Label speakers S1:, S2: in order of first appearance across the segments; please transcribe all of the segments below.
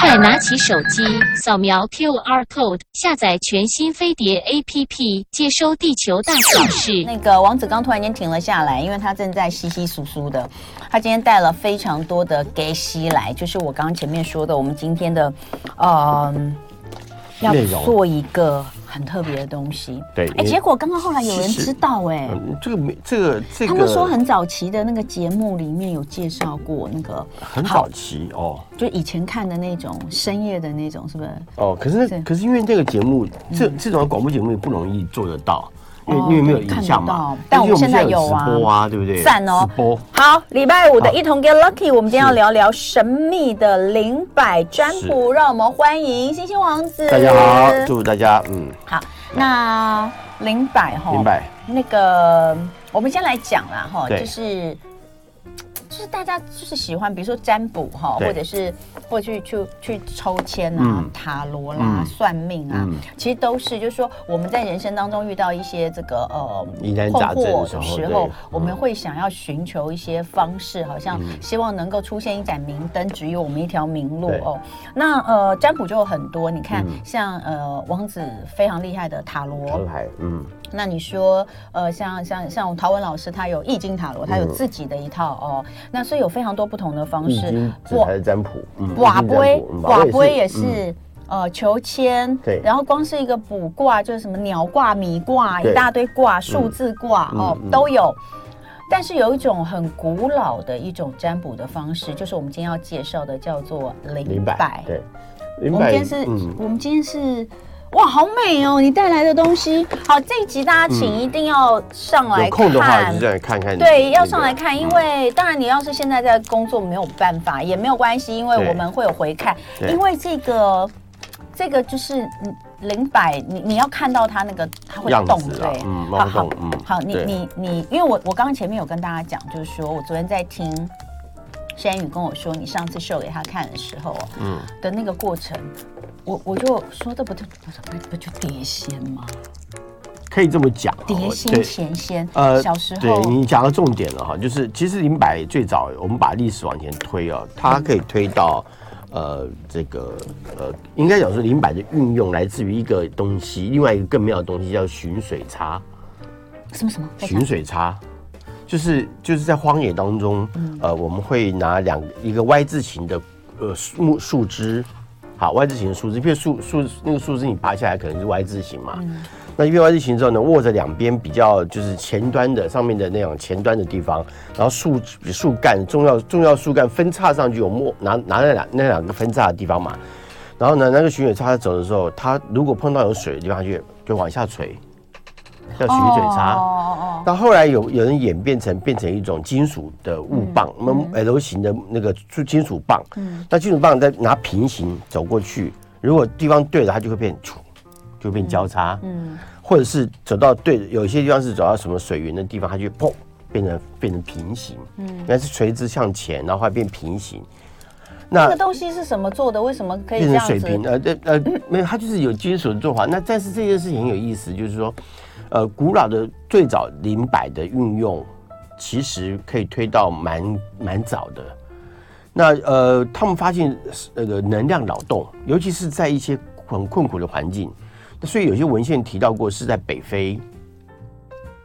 S1: 快拿起手机，扫描 QR code，下载全新飞碟 APP，接收地球大小事。
S2: 那个王子刚突然间停了下来，因为他正在稀稀疏疏的。他今天带了非常多的 gay 西来，就是我刚刚前面说的，我们今天的，嗯、要
S3: 内容
S2: 做一个很特别的东西。
S3: 对
S2: 哎，
S3: 因为
S2: 结果刚刚后来有人
S3: 其实
S2: 知道、哎。
S3: 嗯，这个没这个这个，
S2: 他们说很早期的那个节目里面有介绍过那个
S3: 很
S2: 好
S3: 早期哦
S2: 就以前看的那种深夜的那种，是不是？
S3: 哦，可是
S2: 对
S3: 那可是因为这个节目，这这种广播节目也不容易做得到，因为
S2: 哦
S3: 因为没有
S2: 对看
S3: 影
S2: 不
S3: 像嘛
S2: 到。但我
S3: 因
S2: 们
S3: 为
S2: 现在
S3: 有
S2: 有啊
S3: 直播啊，对不对？
S2: 赞哦
S3: 直播
S2: 好，礼拜五的
S3: 好
S2: 一同 get lucky，我们今天要
S3: 是
S2: 聊聊神秘的灵摆占卜，让我们欢迎星星王子。
S3: 大家好，祝大家嗯
S2: 好，那灵摆哈，
S3: 明白
S2: 那个，我们先来讲啦哈，
S3: 对
S2: 就是就是大家就是喜欢，比如说占卜哈，
S3: 对
S2: 或者是或者去去去抽签啊、
S3: 嗯
S2: 塔罗啦、
S3: 嗯
S2: 算命啊，
S3: 嗯
S2: 其实都是就是说我们在人生当中遇到一些这个呃
S3: 疑难
S2: 困
S3: 杂症
S2: 惑
S3: 的时候
S2: 时
S3: 对
S2: 候
S3: 嗯，
S2: 我们会想要寻求一些方式，好像希望能够出现一盏明灯，指引我们一条明路
S3: 嗯对
S2: 哦。那呃，占卜就有很多，你看
S3: 嗯
S2: 像呃王子非常厉害的塔罗，
S3: 唐牌嗯
S2: 那你说，呃，像像像陶文老师，他有易经塔罗，他
S3: 嗯
S2: 有自己的一套哦。那所以有非常多不同的方
S3: 易
S2: 式
S3: 经。这才是占卜，嗯
S2: 卜龟，
S3: 卦
S2: 卜龟也
S3: 嗯
S2: 是。呃，求签，
S3: 对
S2: 然后光是一个卜卦就是什么鸟卦、米卦，
S3: 对
S2: 一大堆卦、数字卦、
S3: 嗯
S2: 哦
S3: 嗯
S2: 都有。但是有一种很古老的一种占卜的方式，就是我们今天要介绍的，叫做灵
S3: 零
S2: 摆
S3: 百。对，零
S2: 我们今天是，
S3: 嗯
S2: 我们今天是，哇，好美哦！你带来的东西，好，这一集大家请一定要上来
S3: 嗯有空的话
S2: 看
S3: 就。上来看看，
S2: 对，要上来看，
S3: 嗯
S2: 因为当然你要是现在在工作没有办法也没有关系，因为
S3: 对
S2: 我们会有回看，
S3: 对
S2: 因为这个这个就是嗯零百，你你要看到它那个它会
S3: 样
S2: 动，
S3: 子啊
S2: 对，，
S3: 嗯，
S2: 好
S3: 猫
S2: 好
S3: 动，嗯，
S2: 好，你
S3: 对
S2: 你你，因为我我刚刚前面有跟大家讲，就是说我昨天在听山宇跟我说，你上次秀给他看的时候，嗯
S3: 嗯，
S2: 的那个过程，我我就说这不就不是不不就碟仙吗？
S3: 可以这么讲，
S2: 碟
S3: 哦我
S2: 仙
S3: 对
S2: 前仙，
S3: 呃
S2: 小时
S3: 对
S2: 候
S3: 你讲到重点了哈，就是其实林柏最早我们把历史往前推哦，它可以推到呃这个呃，应该讲说林柏的运用来自于一个东西，另外一个更妙的东西叫巡水叉。
S2: 什么什么，
S3: 巡水叉，就是就是在荒野当中，
S2: 嗯
S3: 呃，我们会拿两一个 Y 字形的呃树木树枝，好 Y 字形的树枝，譬如树树那个树枝你拔下来可能是 Y 字形嘛，
S2: 嗯
S3: 那一边 Y 字形之后呢，握着两边比较就是前端的上面的那种前端的地方，然后树树干重要重要树干分叉上去，我们握拿拿那两那两个分叉的地方嘛，然后呢，那个巡水叉走的时候，它如果碰到有水的地方，它就就往下垂，叫巡水叉。
S2: 哦哦
S3: 到后来有有人演变成变成一种金属的物棒，
S2: 嗯
S3: 那么 L 型的那个金金属棒，那金属棒再拿平行走过去，如果地方对了，它就会变杵，就会变交叉，嗯，或者是走到对的，有些地方是走到什么水源的地方，它就砰变成变成平行，嗯，原来是垂直向前，然后它变平行，
S2: 哦，这
S3: 那
S2: 个东西是什么做的？为什么可以
S3: 啊变
S2: 这
S3: 成
S2: 样
S3: 水
S2: 子
S3: 平，？呃呃呃，没有，它就是有金属的做法。那但是这件事情很有意思，就是说，呃，古老的最早灵摆的运用，其实可以推到蛮蛮早的。那呃，他们发现那个、能量扰动，尤其是在一些很困苦的环境，所以有些文献提到过是在北非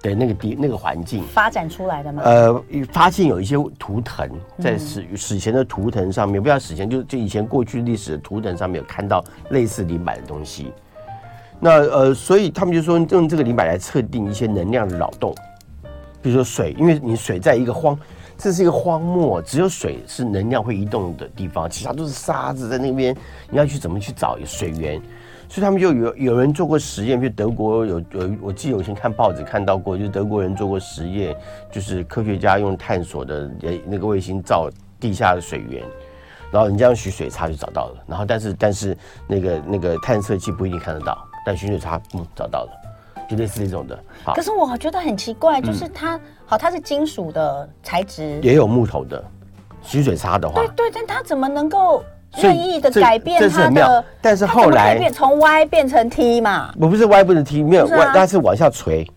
S3: 的那个地那个环境。
S2: 发展出来的吗？
S3: 呃，发现有一些图腾在史史前的图腾上面，不要史前，就就以前过去历史的图腾上面有看到类似灵摆的东西。那呃，所以他们就说用这个灵摆来测定一些能量的扰动，比如说水，因为你水在一个荒，这是一个荒漠，只有水是能量会移动的地方，其他都是沙子在那边，你要去怎么去找水源？所以他们就有有人做过实验，就德国有有，我记得我以前看报纸看到过，就是德国人做过实验，就是科学家用探索的呃那个卫星照地下的水源，然后人家用取水叉就找到了，然后但是但是那个那个探测器不一定看得到，但取水叉嗯找到了，就类似这种的，好
S2: 可，是我觉得很奇怪，就是它好，它是金属的材质，
S3: 嗯也有木头的，取水叉的话
S2: 对，对，但它怎么能够
S3: 所以
S2: 任意的
S3: 这
S2: 改变
S3: 这是
S2: 它
S3: 很
S2: 的
S3: 妙？但是
S2: 它怎么
S3: 后
S2: 可以
S3: 来
S2: 变从 Y 变成 T 嘛，
S3: 我不是歪不能踢，没有
S2: 不是啊哦
S3: 歪，它是往下垂，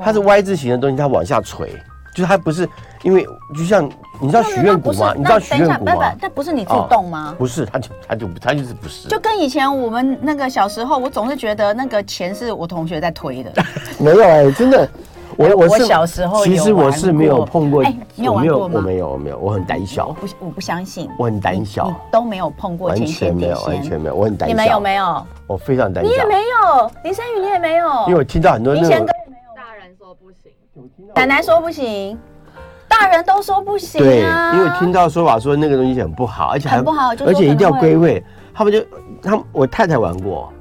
S3: 它是 Y 字形的东西，它往下垂，就是它不是因为就像你知道许愿谷吗？你知道许愿谷
S2: 那
S3: 吗哦
S2: 不？那不是你自己动吗？
S3: 不是，它就它就它就是不是，
S2: 就跟以前我们那个小时候，我总是觉得那个钱是我同学在推的。
S3: 没有哎、真的。我我是
S2: 我小时候有
S3: 其实我是没
S2: 玩
S3: 有
S2: 过
S3: 碰过，
S2: 哎你有
S3: 我没
S2: 玩过吗
S3: 我没有，我没有，我很胆小
S2: 我，不，我不相信。
S3: 我很胆小
S2: 你都没有碰过
S3: 完
S2: 钱
S3: 全
S2: 钱
S3: 没
S2: 碟
S3: 有，完
S2: 仙。
S3: 全没有，我很胆小。
S2: 你们有没有？
S3: 我非常胆小
S2: 你，也没有，林森宇你也没有，
S3: 因为我听到很多
S2: 林
S3: 那
S2: 贤
S3: 种
S2: 哥，
S4: 大人说不行，
S2: 奶奶说不行，大人都说不行
S3: 对，
S2: 啊。
S3: 因为听到说法说那个东西很不好，而且还
S2: 很不好就说
S3: 而且一定要
S2: 可能会
S3: 归位。他们就他们我太太玩过，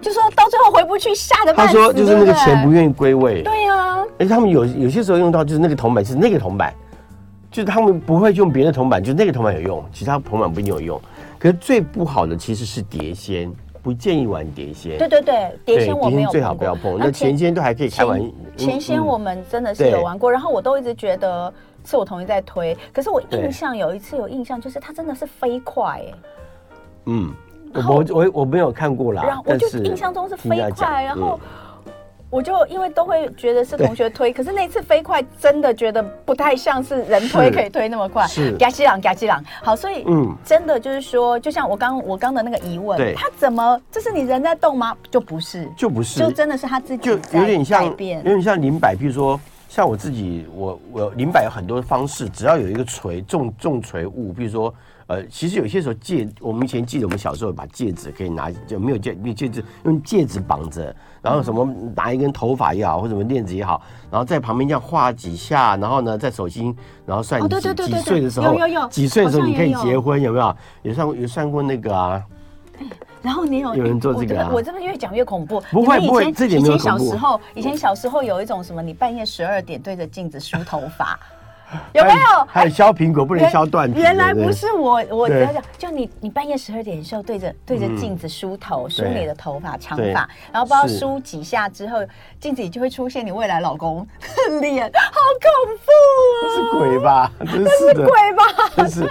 S2: 就说到最后回不去，吓得
S3: 她
S2: 半死。
S3: 说就是那个钱不
S2: 对
S3: 愿意归位
S2: 对。对啊，
S3: 而且他们有有些时候用到就是那个铜板是那个铜板，就是他们不会用别的铜板，就那个铜板有用，其他铜板不一定有用。可是最不好的其实是碟仙，不建议玩碟仙。
S2: 对对对，碟仙我
S3: 碟
S2: 没有
S3: 最好不要
S2: 过
S3: 碰。
S2: 那
S3: 那前仙都还可以开玩
S2: 前，前仙
S3: 嗯
S2: 我们真的是
S3: 对
S2: 有玩过，然后我都一直觉得是我同学在推，可是我
S3: 对
S2: 印象有一次有印象，就是它真的是飞快哎、
S3: 嗯，
S2: 然
S3: 我
S2: 后
S3: 我我没有看过啦，
S2: 然后我
S3: 啊但
S2: 就是印象中是
S3: 听人
S2: 飞
S3: 家讲
S2: 快，然后
S3: 嗯
S2: 我就因为都会觉得是同学 推，可是那次飞快真的觉得不太像是人推
S3: 是
S2: 可以推那么快，
S3: 是
S2: 嘎西朗嘎西朗。好，所以
S3: 嗯
S2: 真的就是说，就像我刚我刚的那个疑问，
S3: 对
S2: 他怎么这是你人在动吗？就不是，
S3: 就不是
S2: 就真的是他自己
S3: 就
S2: 在
S3: 有点像
S2: 改
S3: 有
S2: 变。
S3: 点像零摆，譬如说像我自己，我我零摆有很多方式，只要有一个锤重重锤物，譬如说呃，其实有些时候戒，我们以前记得我们小时候把戒指可以拿，就没有戒没有戒指用戒指绑着，然后什么拿一根头发也好，或者什么链子也好，然后在旁边这样画几下，然后呢在手心，然后算
S2: 哦
S3: 你
S2: 对
S3: 几
S2: 对对
S3: 几
S2: 对对
S3: 岁的时候，
S2: 有有有
S3: 几岁的时候
S2: 好像
S3: 你可以
S2: 也有
S3: 结婚，有没有？有算过有算过那个啊？
S2: 然后你有
S3: 有人做
S2: 我
S3: 这个啊
S2: 我这边越讲越恐怖。
S3: 不会
S2: 你们以
S3: 不会
S2: 前
S3: 这点
S2: 以
S3: 没有
S2: 前小
S3: 恐怖
S2: 时候，以前小时候有一种什么，你半夜十二点对着镜子梳头发，有没有？
S3: 还有削苹果不能削断皮的，
S2: 原来
S3: 对
S2: 不是我，我只
S3: 对
S2: 要讲，就你，你半夜十二点的时候对着对着镜子梳头，梳
S3: 对
S2: 你的头发长
S3: 对
S2: 发，然后不知道
S3: 是
S2: 梳几下之后，镜子里就会出现你未来老 公脸，好
S3: 是鬼吧？
S2: 哦
S3: 真是的，
S2: 恐怖啊！
S3: 真是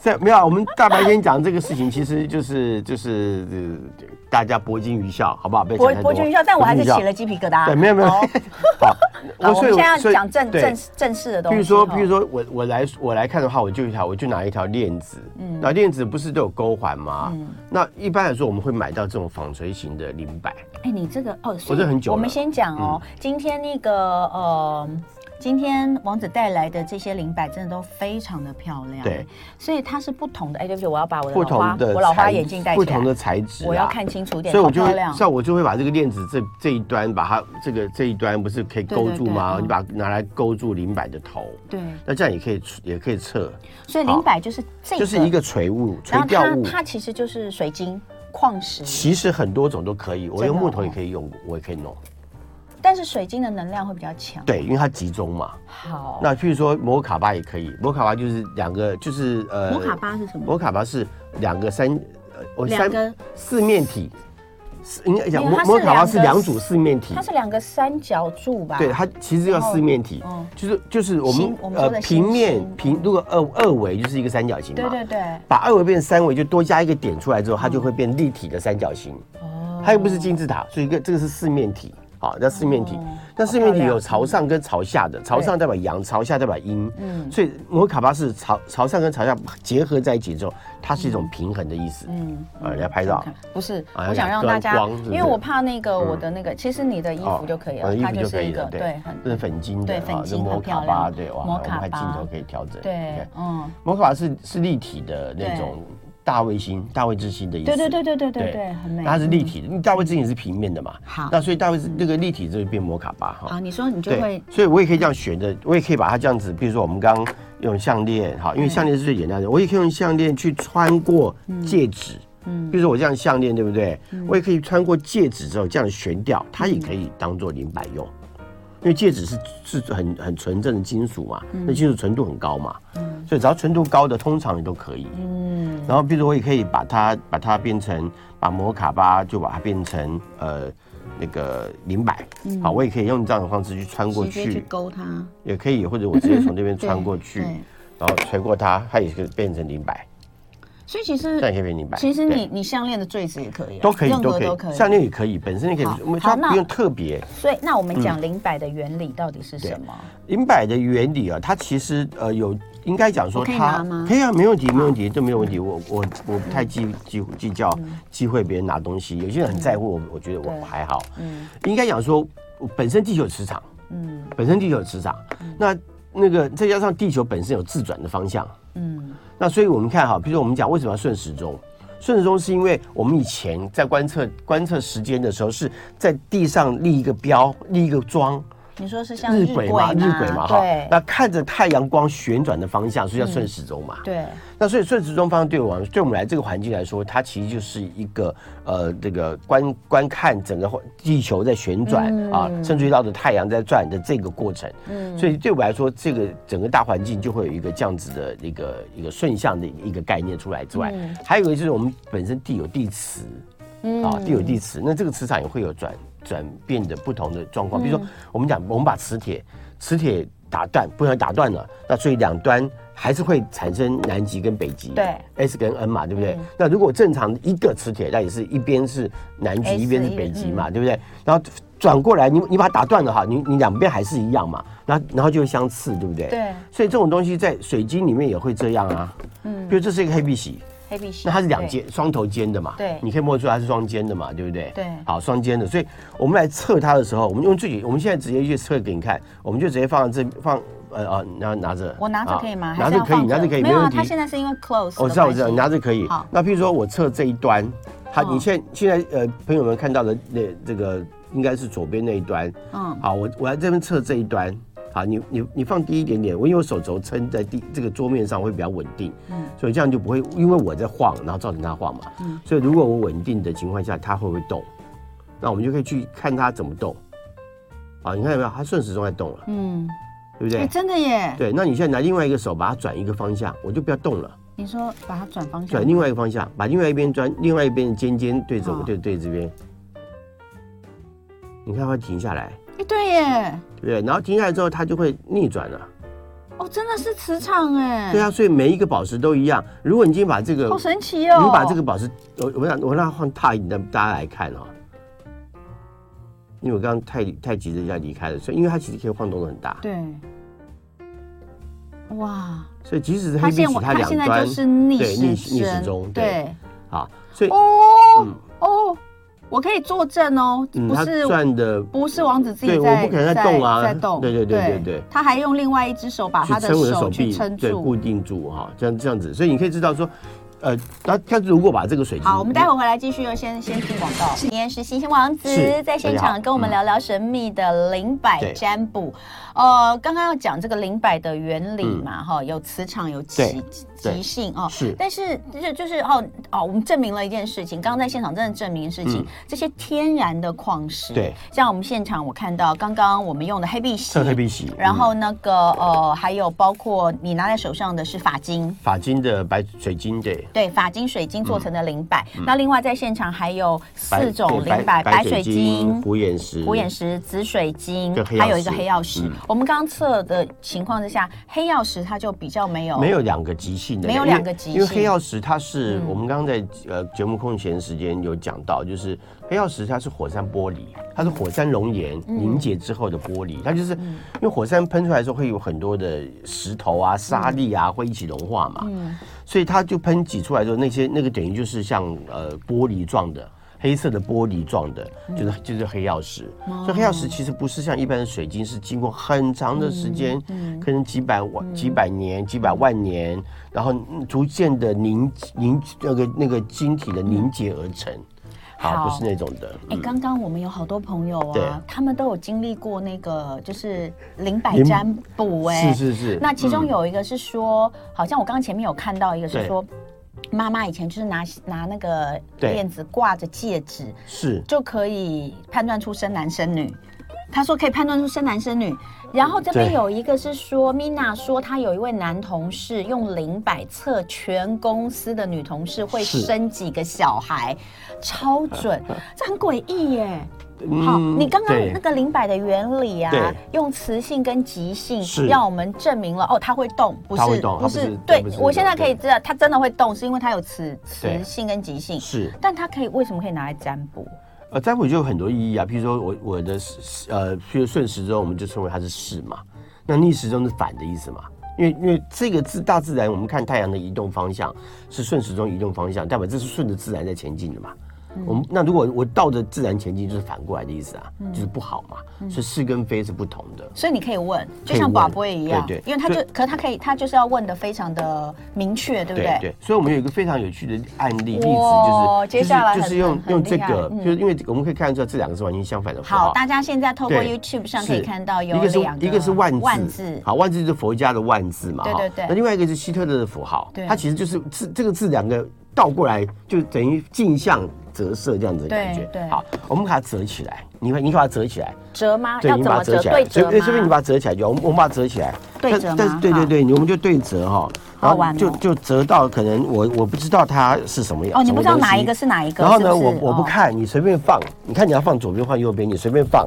S3: 在没有啊，我们大白天讲这个事情，其实就是就是、呃大家博君一笑，好不好？不要
S2: 我
S3: 讲太多
S2: 我军一笑，但我还是起。
S3: 博君
S2: 了
S3: 一笑
S2: 鸡皮疙瘩。
S3: 对，没有没有。
S2: 好
S3: 好，
S2: 好，我
S3: 所以
S2: 们现在
S3: 所以
S2: 讲正
S3: 对
S2: 正正式的东
S3: 譬
S2: 西。
S3: 如说，
S2: 哈
S3: 譬如说我我来我来看的话，我就一条，我就拿一条链子，嗯，那链子不是都有勾环吗？
S2: 嗯
S3: 那一般来说，我们会买到这种纺锤型的零摆，
S2: 哎，你这个哦，所
S3: 我
S2: 以
S3: 这很久
S2: 我
S3: 了嗯
S2: 们先讲哦，今天那个呃，今天王子带来的这些灵摆真的都非常的漂亮，
S3: 对，
S2: 所以它是不同的。哎，对不起，我要把我的
S3: 不
S2: 老花
S3: 同的
S2: 我老花
S3: 材
S2: 眼镜戴起
S3: 不
S2: 来，
S3: 同的材质啊，
S2: 我要看清楚一点，
S3: 所以我
S2: 好
S3: 就
S2: 漂
S3: 会，
S2: 亮。
S3: 像我就会把这个链子这这一端，把它这个这一端不是可以勾住吗？
S2: 对对对嗯
S3: 你把它拿来勾住林摆的头，
S2: 对，
S3: 那这样也可以也可以测，
S2: 所以灵摆就是这
S3: 就是一，个垂物、垂
S2: 然后
S3: 钓
S2: 它
S3: 物。
S2: 它其实就是水晶矿石，
S3: 其实很多种都可以，我用
S2: 真的哦
S3: 木头也可以用，我也可以弄。
S2: 但是水晶的能量会比较强。
S3: 对，因为它集中嘛。
S2: 好，
S3: 那譬如说摩卡巴也可以，摩卡巴就是两个，就是呃，
S2: 摩卡巴是什么？
S3: 摩卡巴是两个三呃，我
S2: 两
S3: 三
S2: 个
S3: 四面体，四应该讲
S2: 没有
S3: 摩
S2: 它是
S3: 摩卡巴是
S2: 两个
S3: 两组四面体
S2: 它，是两个三角柱吧？
S3: 对，它其实叫四面体
S2: 然后嗯，
S3: 就是就是我
S2: 形
S3: 们呃
S2: 我们说的形
S3: 平面
S2: 形
S3: 平，如果二二维就是一个三角形
S2: 对
S3: 嘛，
S2: 对对，
S3: 把二维变成三维，就多加一个点出来之后，它就会变立体的三角形。
S2: 哦
S3: 它又不是金字塔，所以一个这个是四面体。好，那四面体
S2: 哦，
S3: 那四面体
S2: 好漂亮
S3: 有朝上跟朝下的，朝上代表阳，朝下代表阴。嗯，所以摩卡巴是朝朝上跟朝下结合在一起之后，它是一种平衡的意思。
S2: 嗯，
S3: 呃，来拍照
S2: 看，不是，
S3: 啊
S2: 我想让大家
S3: 要，光是不
S2: 因
S3: 是
S2: 为我怕那个我的那个，其实你的衣服就可以了，
S3: 哦我的
S2: 它
S3: 衣服
S2: 就
S3: 就可
S2: 是一
S3: 以
S2: 个
S3: 了。
S2: 对，
S3: 对，
S2: 很
S3: 这是粉金的，
S2: 对
S3: 啊
S2: 粉金
S3: 这摩
S2: 很
S3: 卡
S2: 漂
S3: 巴，
S2: 亮
S3: 对，哇，
S2: 摩
S3: 我
S2: 卡
S3: 们看
S2: 巴
S3: 镜头可以调整。你
S2: 对
S3: 看，
S2: 嗯，
S3: 摩卡巴是是立体的那种大卫星、大卫之星的意思。
S2: 对对对对对对对，很美。
S3: 它是立
S2: 嗯。
S3: 体的，因为大卫之星是平面的嘛。
S2: 好
S3: 那所以大卫是那个立体就会变摩卡巴哈。
S2: 好，你说你就
S3: 对
S2: 会，
S3: 所以我也可以这样选的，我也可以把它这样子，比如说我们刚刚用项链哈，
S2: 嗯
S3: 因为项链是最简单的，我也可以用项链去穿过戒指。嗯，比如说我这样项链，对不对？
S2: 嗯
S3: 我也可以穿过戒指之后这样悬吊，它也可以当做零摆用，因为戒指是是很很纯正的金属嘛，
S2: 嗯
S3: 那金属纯度很高嘛，所以只要纯度高的，通常也都可以。
S2: 嗯，
S3: 然后，比如我也可以把它把它变成把摩卡巴就把它变成呃那个零摆，好，我也可以用这样的方式去穿过
S2: 嗯直接去
S3: 去，
S2: 勾它，
S3: 也可以或者我直接从这边穿过
S2: 对
S3: 去，然后垂过它，它也可以变成零摆。
S2: 所以其实
S3: 断切片泥板
S2: 其实
S3: 对
S2: 你你项链的坠子也可以啊、
S3: 都可以，
S2: 任
S3: 都
S2: 何
S3: 可
S2: 都可以。
S3: 以，项链也可以，本身也可
S2: 好
S3: 以，我们
S2: 好
S3: 它
S2: 那
S3: 不用特别。
S2: 所以那我
S3: 嗯
S2: 们讲零摆的原理到底是什么？
S3: 银摆的原理啊，它其实呃有应该讲
S2: 我
S3: 说
S2: 可以
S3: 它
S2: 拿吗
S3: 可以啊，没问题，没问题，这没有问题。我我我不太计计计较忌讳别人拿东西，有些人很在乎我，我觉得
S2: 对
S3: 我还好。
S2: 嗯
S3: 应该讲说，本身地球有磁场，
S2: 嗯
S3: 本身地球有磁场，那那个再加上地球本身有自转的方向，
S2: 嗯
S3: 那所以我们看哈，比如说我们讲为什么要顺时钟？顺时钟是因为我们以前在观测观测时间的时候，是在地上立一个标，立一个桩，
S2: 你说是像
S3: 日
S2: 日
S3: 晷
S2: 晷
S3: 嘛，日晷嘛哈
S2: 对。嗯
S3: 那看着太阳光旋转的方向，所以叫顺时钟嘛。
S2: 对，
S3: 那所以顺时钟方向对我们对我们来这个环境来说，它其实就是一个呃这个观观看整个地球在旋转、
S2: 嗯
S3: 啊，甚至于绕着太阳在转的这个过程。嗯，所以对我来说，这个整个大环境就会有一个这样子的一个一个顺向的一个概念出来之外，
S2: 嗯
S3: 还有一个就是我们本身地有地磁。啊，地有地磁，那这个磁场也会有转转变的不同的状嗯况。比如说，我们讲我们把磁铁，磁铁打断，不然打断了，那所以两端还是会产生南极跟北极，
S2: 对
S3: ，S 跟 N 嘛，对不对？那如果正常一个磁铁，那也是一边是南极，
S2: S
S3: 一边是北极嘛，对不对？然后转过来，你你把它打断了哈，你你两边还是一样嘛，然后然后就会相似，对不对？
S2: 对
S3: 所以这种东西在水晶里面也会这样啊，嗯，比如这是一个黑碧玺，
S2: 黑碧玺，
S3: 那它是两
S2: 对，
S3: 尖双头尖的嘛？
S2: 对
S3: 你可以摸出来它是双尖的嘛，对不对？
S2: 对
S3: 好，双尖的，所以我们来测它的时候，我们用自己，我们现在直接去测给你看，我们就直接放在这放呃啊，拿拿着，
S2: 我拿着可以吗？
S3: 啊
S2: 还
S3: 拿
S2: 是
S3: 着
S2: 要
S3: 可以，
S2: 放
S3: 拿着可以，
S2: 没有啊
S3: 问，题。哦
S2: 它现在是因为 close，
S3: 我知道，我知道，你拿
S2: 着
S3: 着可以
S2: 好。
S3: 那譬如说我测这一端，它
S2: 哦
S3: 你现现在呃，朋友们看到的那这个应该是左边那一端。
S2: 嗯
S3: 好，我我来这边测这一端。好，你你你放低一点点，我因为我手肘撑在地这个桌面上会比较稳定，所以这样就不会因为我在晃，然后造成它晃嘛。所以如果我稳定的情况下，它会不会动？那我们就可以去看它怎么动。啊，你看到没有？它顺时钟在动了，
S2: 嗯，
S3: 对不
S2: 哎，
S3: 对？
S2: 真的耶！
S3: 对，那你现在拿另外一个手把它转一个方向，我就不要动了。
S2: 你说把它转方向，
S3: 转另外一个方向，把另外一边转，另外一边的尖尖对着
S2: 好
S3: 我，对对这边。你看它停下来，
S2: 哎，对耶，
S3: 对不对？然后停下来之后，它就会逆转了。
S2: 哦，真的是磁场哎，
S3: 对啊，所以每一个宝石都一样。如果你今天把这个，
S2: 好神奇哦！
S3: 你把这个宝石，我我让我让它放大一点，让大家来看哦。因为我刚刚太太急着要离开了，所以因为它其实可以晃动的很大，
S2: 对，哇，
S3: 所以即使是
S2: 它
S3: 黑碧
S2: 现
S3: 玺，它
S2: 它
S3: 两
S2: 现在
S3: 端
S2: 就是逆
S3: 对逆
S2: 时
S3: 逆时钟对
S2: 对
S3: 啊，所以
S2: 哦哦，我可以作证哦，
S3: 嗯，
S2: 不
S3: 它
S2: 是
S3: 转的
S2: 不是王子自己
S3: 对
S2: 在
S3: 我不可能在动啊
S2: 在动，
S3: 对对对对对
S2: 他还用另外一只手把
S3: 去
S2: 他的
S3: 撑我的手
S2: 手去
S3: 臂，
S2: 撑
S3: 对，固
S2: 住。
S3: 定住哈，这样这样子，所以你可以知道说，呃，那他如果把这个水晶，
S2: 好，我们待会回来继续，先先听广告。今天是星星王子
S3: 是
S2: 在现
S3: 大家
S2: 场
S3: 好
S2: 跟我们
S3: 嗯
S2: 聊聊神秘的灵摆
S3: 对
S2: 占卜。呃，刚刚要讲这个灵摆的原理嘛，哈、有磁场，有极
S3: 嗯对对
S2: 极性哦。
S3: 是
S2: 但是就是就是哦哦，我们证明了一件事情，刚刚在现场真的证明事情，
S3: 嗯
S2: 这些天然的矿石，
S3: 对，
S2: 像我们现场我看到刚刚我们用的黑碧玺
S3: 测，黑碧玺，
S2: 然后
S3: 嗯
S2: 那个呃，还有包括你拿在手上的是发晶，
S3: 法金的白水晶对。
S2: 对，发晶水晶做成的灵摆。那另外在现场还有
S3: 嗯白
S2: 四种
S3: 对
S2: 灵摆：白水晶、
S3: 虎眼石、
S2: 虎眼石、紫水晶
S3: 跟黑，曜
S2: 还有一个
S3: 石
S2: 黑曜石
S3: 嗯。
S2: 我们刚刚测的情况之下，黑曜石它就比较没有
S3: 没有两个极性的，
S2: 没有
S3: 因为
S2: 两个极性
S3: 因为黑曜石它是、
S2: 嗯
S3: 我们刚刚在呃节目空闲时间有讲到，就是黑曜石它是火山玻璃，它是火山熔岩
S2: 嗯
S3: 凝结之后的玻璃，它就是、因为火山喷出来的时候会有很多的石头啊、沙粒啊、会一起融化嘛，
S2: 嗯
S3: 所以它就喷挤出来之后，那些那个等于就是像呃玻璃状的。黑色的玻璃状的，
S2: 嗯
S3: 就是就是黑曜石，
S2: 哦
S3: 所以黑曜石其实不是像一般的水晶，是经过很长的时间，
S2: 嗯
S3: 可能几百万、几百年、几百万年，然后嗯逐渐的凝凝那个那个晶体的凝结而成，
S2: 好
S3: 好，不是那种的。
S2: 哎，刚刚我们有好多朋友
S3: 嗯对
S2: 啊，他们都有经历过那个就是灵摆
S3: 灵
S2: 占卜，哎，
S3: 是是是。
S2: 那其中
S3: 嗯
S2: 有一个是说，好像我刚刚前面有看到一个是
S3: 对
S2: 说，妈妈以前就是拿拿那个
S3: 对
S2: 链子挂着戒指，
S3: 是
S2: 就可以判断出生男生女。他说可以判断出生男生女，然后这边
S3: 对
S2: 有一个是说，Mina 说她有一位男同事用零百测全公司的女同事会
S3: 是
S2: 生几个小孩，超准，这很诡异耶。好，你刚刚
S3: 嗯对
S2: 那个灵摆的原理啊
S3: 对，
S2: 用磁性跟极性，
S3: 是
S2: 让我们证明了哦，它会动，不
S3: 它会
S2: 是
S3: 动它
S2: 不
S3: 不是
S2: 是
S3: 它
S2: 对
S3: 不是。
S2: 我
S3: 那
S2: 现
S3: 个
S2: 在可以知道它真的会动，是因为它有磁
S3: 对
S2: 磁性跟极性。
S3: 是
S2: 但它可以为什么可以拿来占卜？
S3: 呃，占卜就有很多意义啊，譬如说我我的时呃，譬如顺时钟，我们就称为它是势嘛。那逆时钟是反的意思嘛？因为因为这个自大自然，我们看太阳的移动方向是顺时钟移动方向，代表这是顺着自然在前进的嘛。
S2: 嗯
S3: 我们那如果我倒着自然前进，就是反过来的意思啊，
S2: 嗯
S3: 就是不好嘛。所以是跟非是不同的。
S2: 所以你可以问，就
S3: 可以
S2: 像
S3: 问
S2: 宝贝一样，
S3: 对对
S2: 因为它就
S3: 所以，
S2: 可是它可以，它就是要问的非常的明确，对不对？
S3: 对，所以我们有一个非常有趣的案例例子，
S2: 哇
S3: 就是
S2: 接下来
S3: 就是
S2: 很
S3: 就是用
S2: 很
S3: 用
S2: 厉
S3: 这
S2: 害
S3: 个，
S2: 嗯
S3: 就是因为我们可以看得出来这两个是完全相反的符号
S2: 好，。大家现在透过
S3: 对
S2: YouTube 上可以
S3: 是
S2: 看到有
S3: 一个是
S2: 两个，
S3: 一个是万字，
S2: 万字，
S3: 好，万字就是佛家的万字嘛，
S2: 对
S3: 哈
S2: 对对
S3: 那另外一个是希特勒的符号
S2: 对，
S3: 它其实就是字这个字两个倒过来，就等于镜像折射这样子的感觉。
S2: 对对
S3: 好，我们把它折起来，你把你把它折起来，
S2: 折吗？
S3: 对，
S2: 要
S3: 你
S2: 怎
S3: 把它
S2: 么
S3: 折
S2: 折？
S3: 起来，
S2: 对
S3: 随
S2: 折
S3: 便随便你
S2: 吗？
S3: 把它折起来就好，我们我们把它折起来。
S2: 对
S3: 但
S2: 折吗
S3: 但是对
S2: 好
S3: 对对，你我们就对折哈，
S2: 好玩哦
S3: 就就折到可能我我不知道它是什么样。
S2: 哦，你不知道
S3: 什么东西
S2: 哪一个是哪一个？
S3: 然后
S2: 是
S3: 呢，
S2: 不是
S3: 我我不
S2: 哦
S3: 看，你随便放，你看你要放左边换右边，你随便放。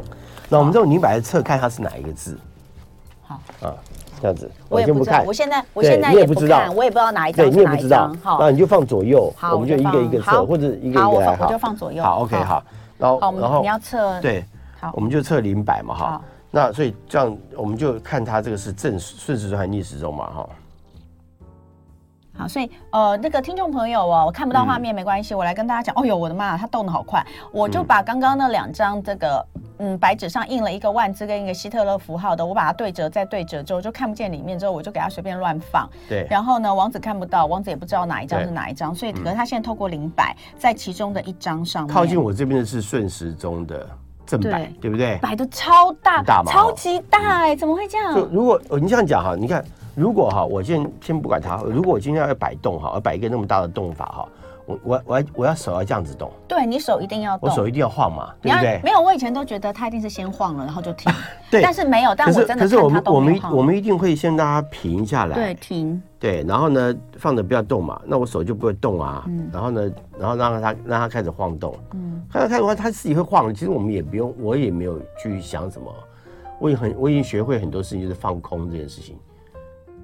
S3: 那我们这
S2: 哦
S3: 种你摆在侧看它是哪一个字
S2: 好，
S3: 啊，这样子，
S2: 我也
S3: 先
S2: 不知道
S3: 看，，
S2: 我现在我
S3: 对
S2: 现在
S3: 你
S2: 也
S3: 也
S2: 不
S3: 不知道
S2: 看，我也不知道哪一
S3: 对
S2: 张
S3: 你
S2: 是
S3: 也
S2: 哪
S3: 不
S2: 一
S3: 知道
S2: 张，，
S3: 那
S2: 好，
S3: 你就放左右，
S2: 好
S3: 我们就
S2: 我
S3: 一
S2: 就
S3: 个一个
S2: 放好
S3: 测，或者一个
S2: 好
S3: 一个
S2: 我
S3: 来，
S2: 放我就放左右
S3: 好，OK，
S2: 好
S3: 好，然
S2: 好，我
S3: 后然
S2: 们
S3: 后
S2: 你要测，
S3: 对，
S2: 好
S3: 我们就测零摆嘛，哈
S2: 好。
S3: 那所以这样，我们就看它这个是正顺时钟还是逆时钟嘛，哈。
S2: 好，所以呃，那个听众朋友哦，我看不到
S3: 嗯
S2: 画面没关系，我来跟大家讲。哦呦，我的妈，它动得好快！我
S3: 嗯
S2: 就把刚刚那两张这个嗯白纸上印了一个万字跟一个希特勒符号的，我把它对折再对折之后就看不见里面，之后我就给它随便乱放。
S3: 对，
S2: 然后呢，王子看不到，王子也不知道哪一张
S3: 对嗯
S2: 是哪一张，所以可是他现在透过零摆在其中的一张上面，
S3: 靠近我这边的是顺时钟的正摆
S2: 对，
S3: 对不对？
S2: 摆的超大，
S3: 很大嘛哦嗯
S2: 超级大哎、怎么会这样？
S3: 就如果呃你这样讲哈，你看，如果哈，我先先不管它，如果我今天要摆动哈，要摆一个那么大的动法哈，我我我要我要手要这样子动，
S2: 对你手一定要
S3: 我
S2: 动，
S3: 手一定要晃嘛，
S2: 你
S3: 对
S2: 要
S3: 不对？
S2: 没有，我以前都觉得他一定是先晃了，然后就停。
S3: 对
S2: 但是没有，但
S3: 可
S2: 我
S3: 是
S2: 真的
S3: 可是我
S2: 看他
S3: 们
S2: 都
S3: 我
S2: 没有
S3: 们
S2: 晃。
S3: 我们一定会先让它平下
S2: 对
S3: 来，
S2: 停，
S3: 对，然后呢放着不要动嘛，那我手就不会动啊，
S2: 嗯
S3: 然后呢，然后让它让它开始晃动，嗯，让它开始晃，它自己会晃，其实我们也不用，我也没有去想什么，我也很我已经学会很多事情，就是放空这件事情。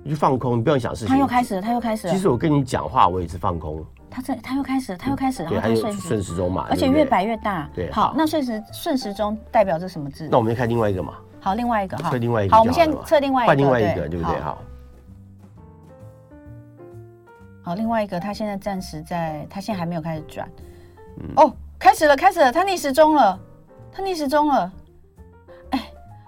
S3: 你就放空，你不要想事情。
S2: 他又开始了，他又开始了
S3: 其，实我跟你讲话，我也是放空，
S2: 他这他又开始了，他又开始了，
S3: 对，
S2: 然
S3: 还
S2: 后他顺
S3: 有
S2: 时，
S3: 顺时钟嘛，
S2: 而且
S3: 对不对
S2: 越。摆越大。
S3: 对
S2: 好
S3: 好，
S2: 那顺时顺时钟代表着什么字
S3: 那？我们就看另外一个嘛，
S2: 好，另外一个哈，
S3: 测另外一个就好了嘛。
S2: 好，我们现在测另外一个，
S3: 换另外一个，对不对？
S2: 好，
S3: 好，
S2: 好，另外一个他现在暂时在，他现在还没有开始转。
S3: 嗯
S2: 哦，开始了，开始了，他逆时钟了，他逆时钟了。哎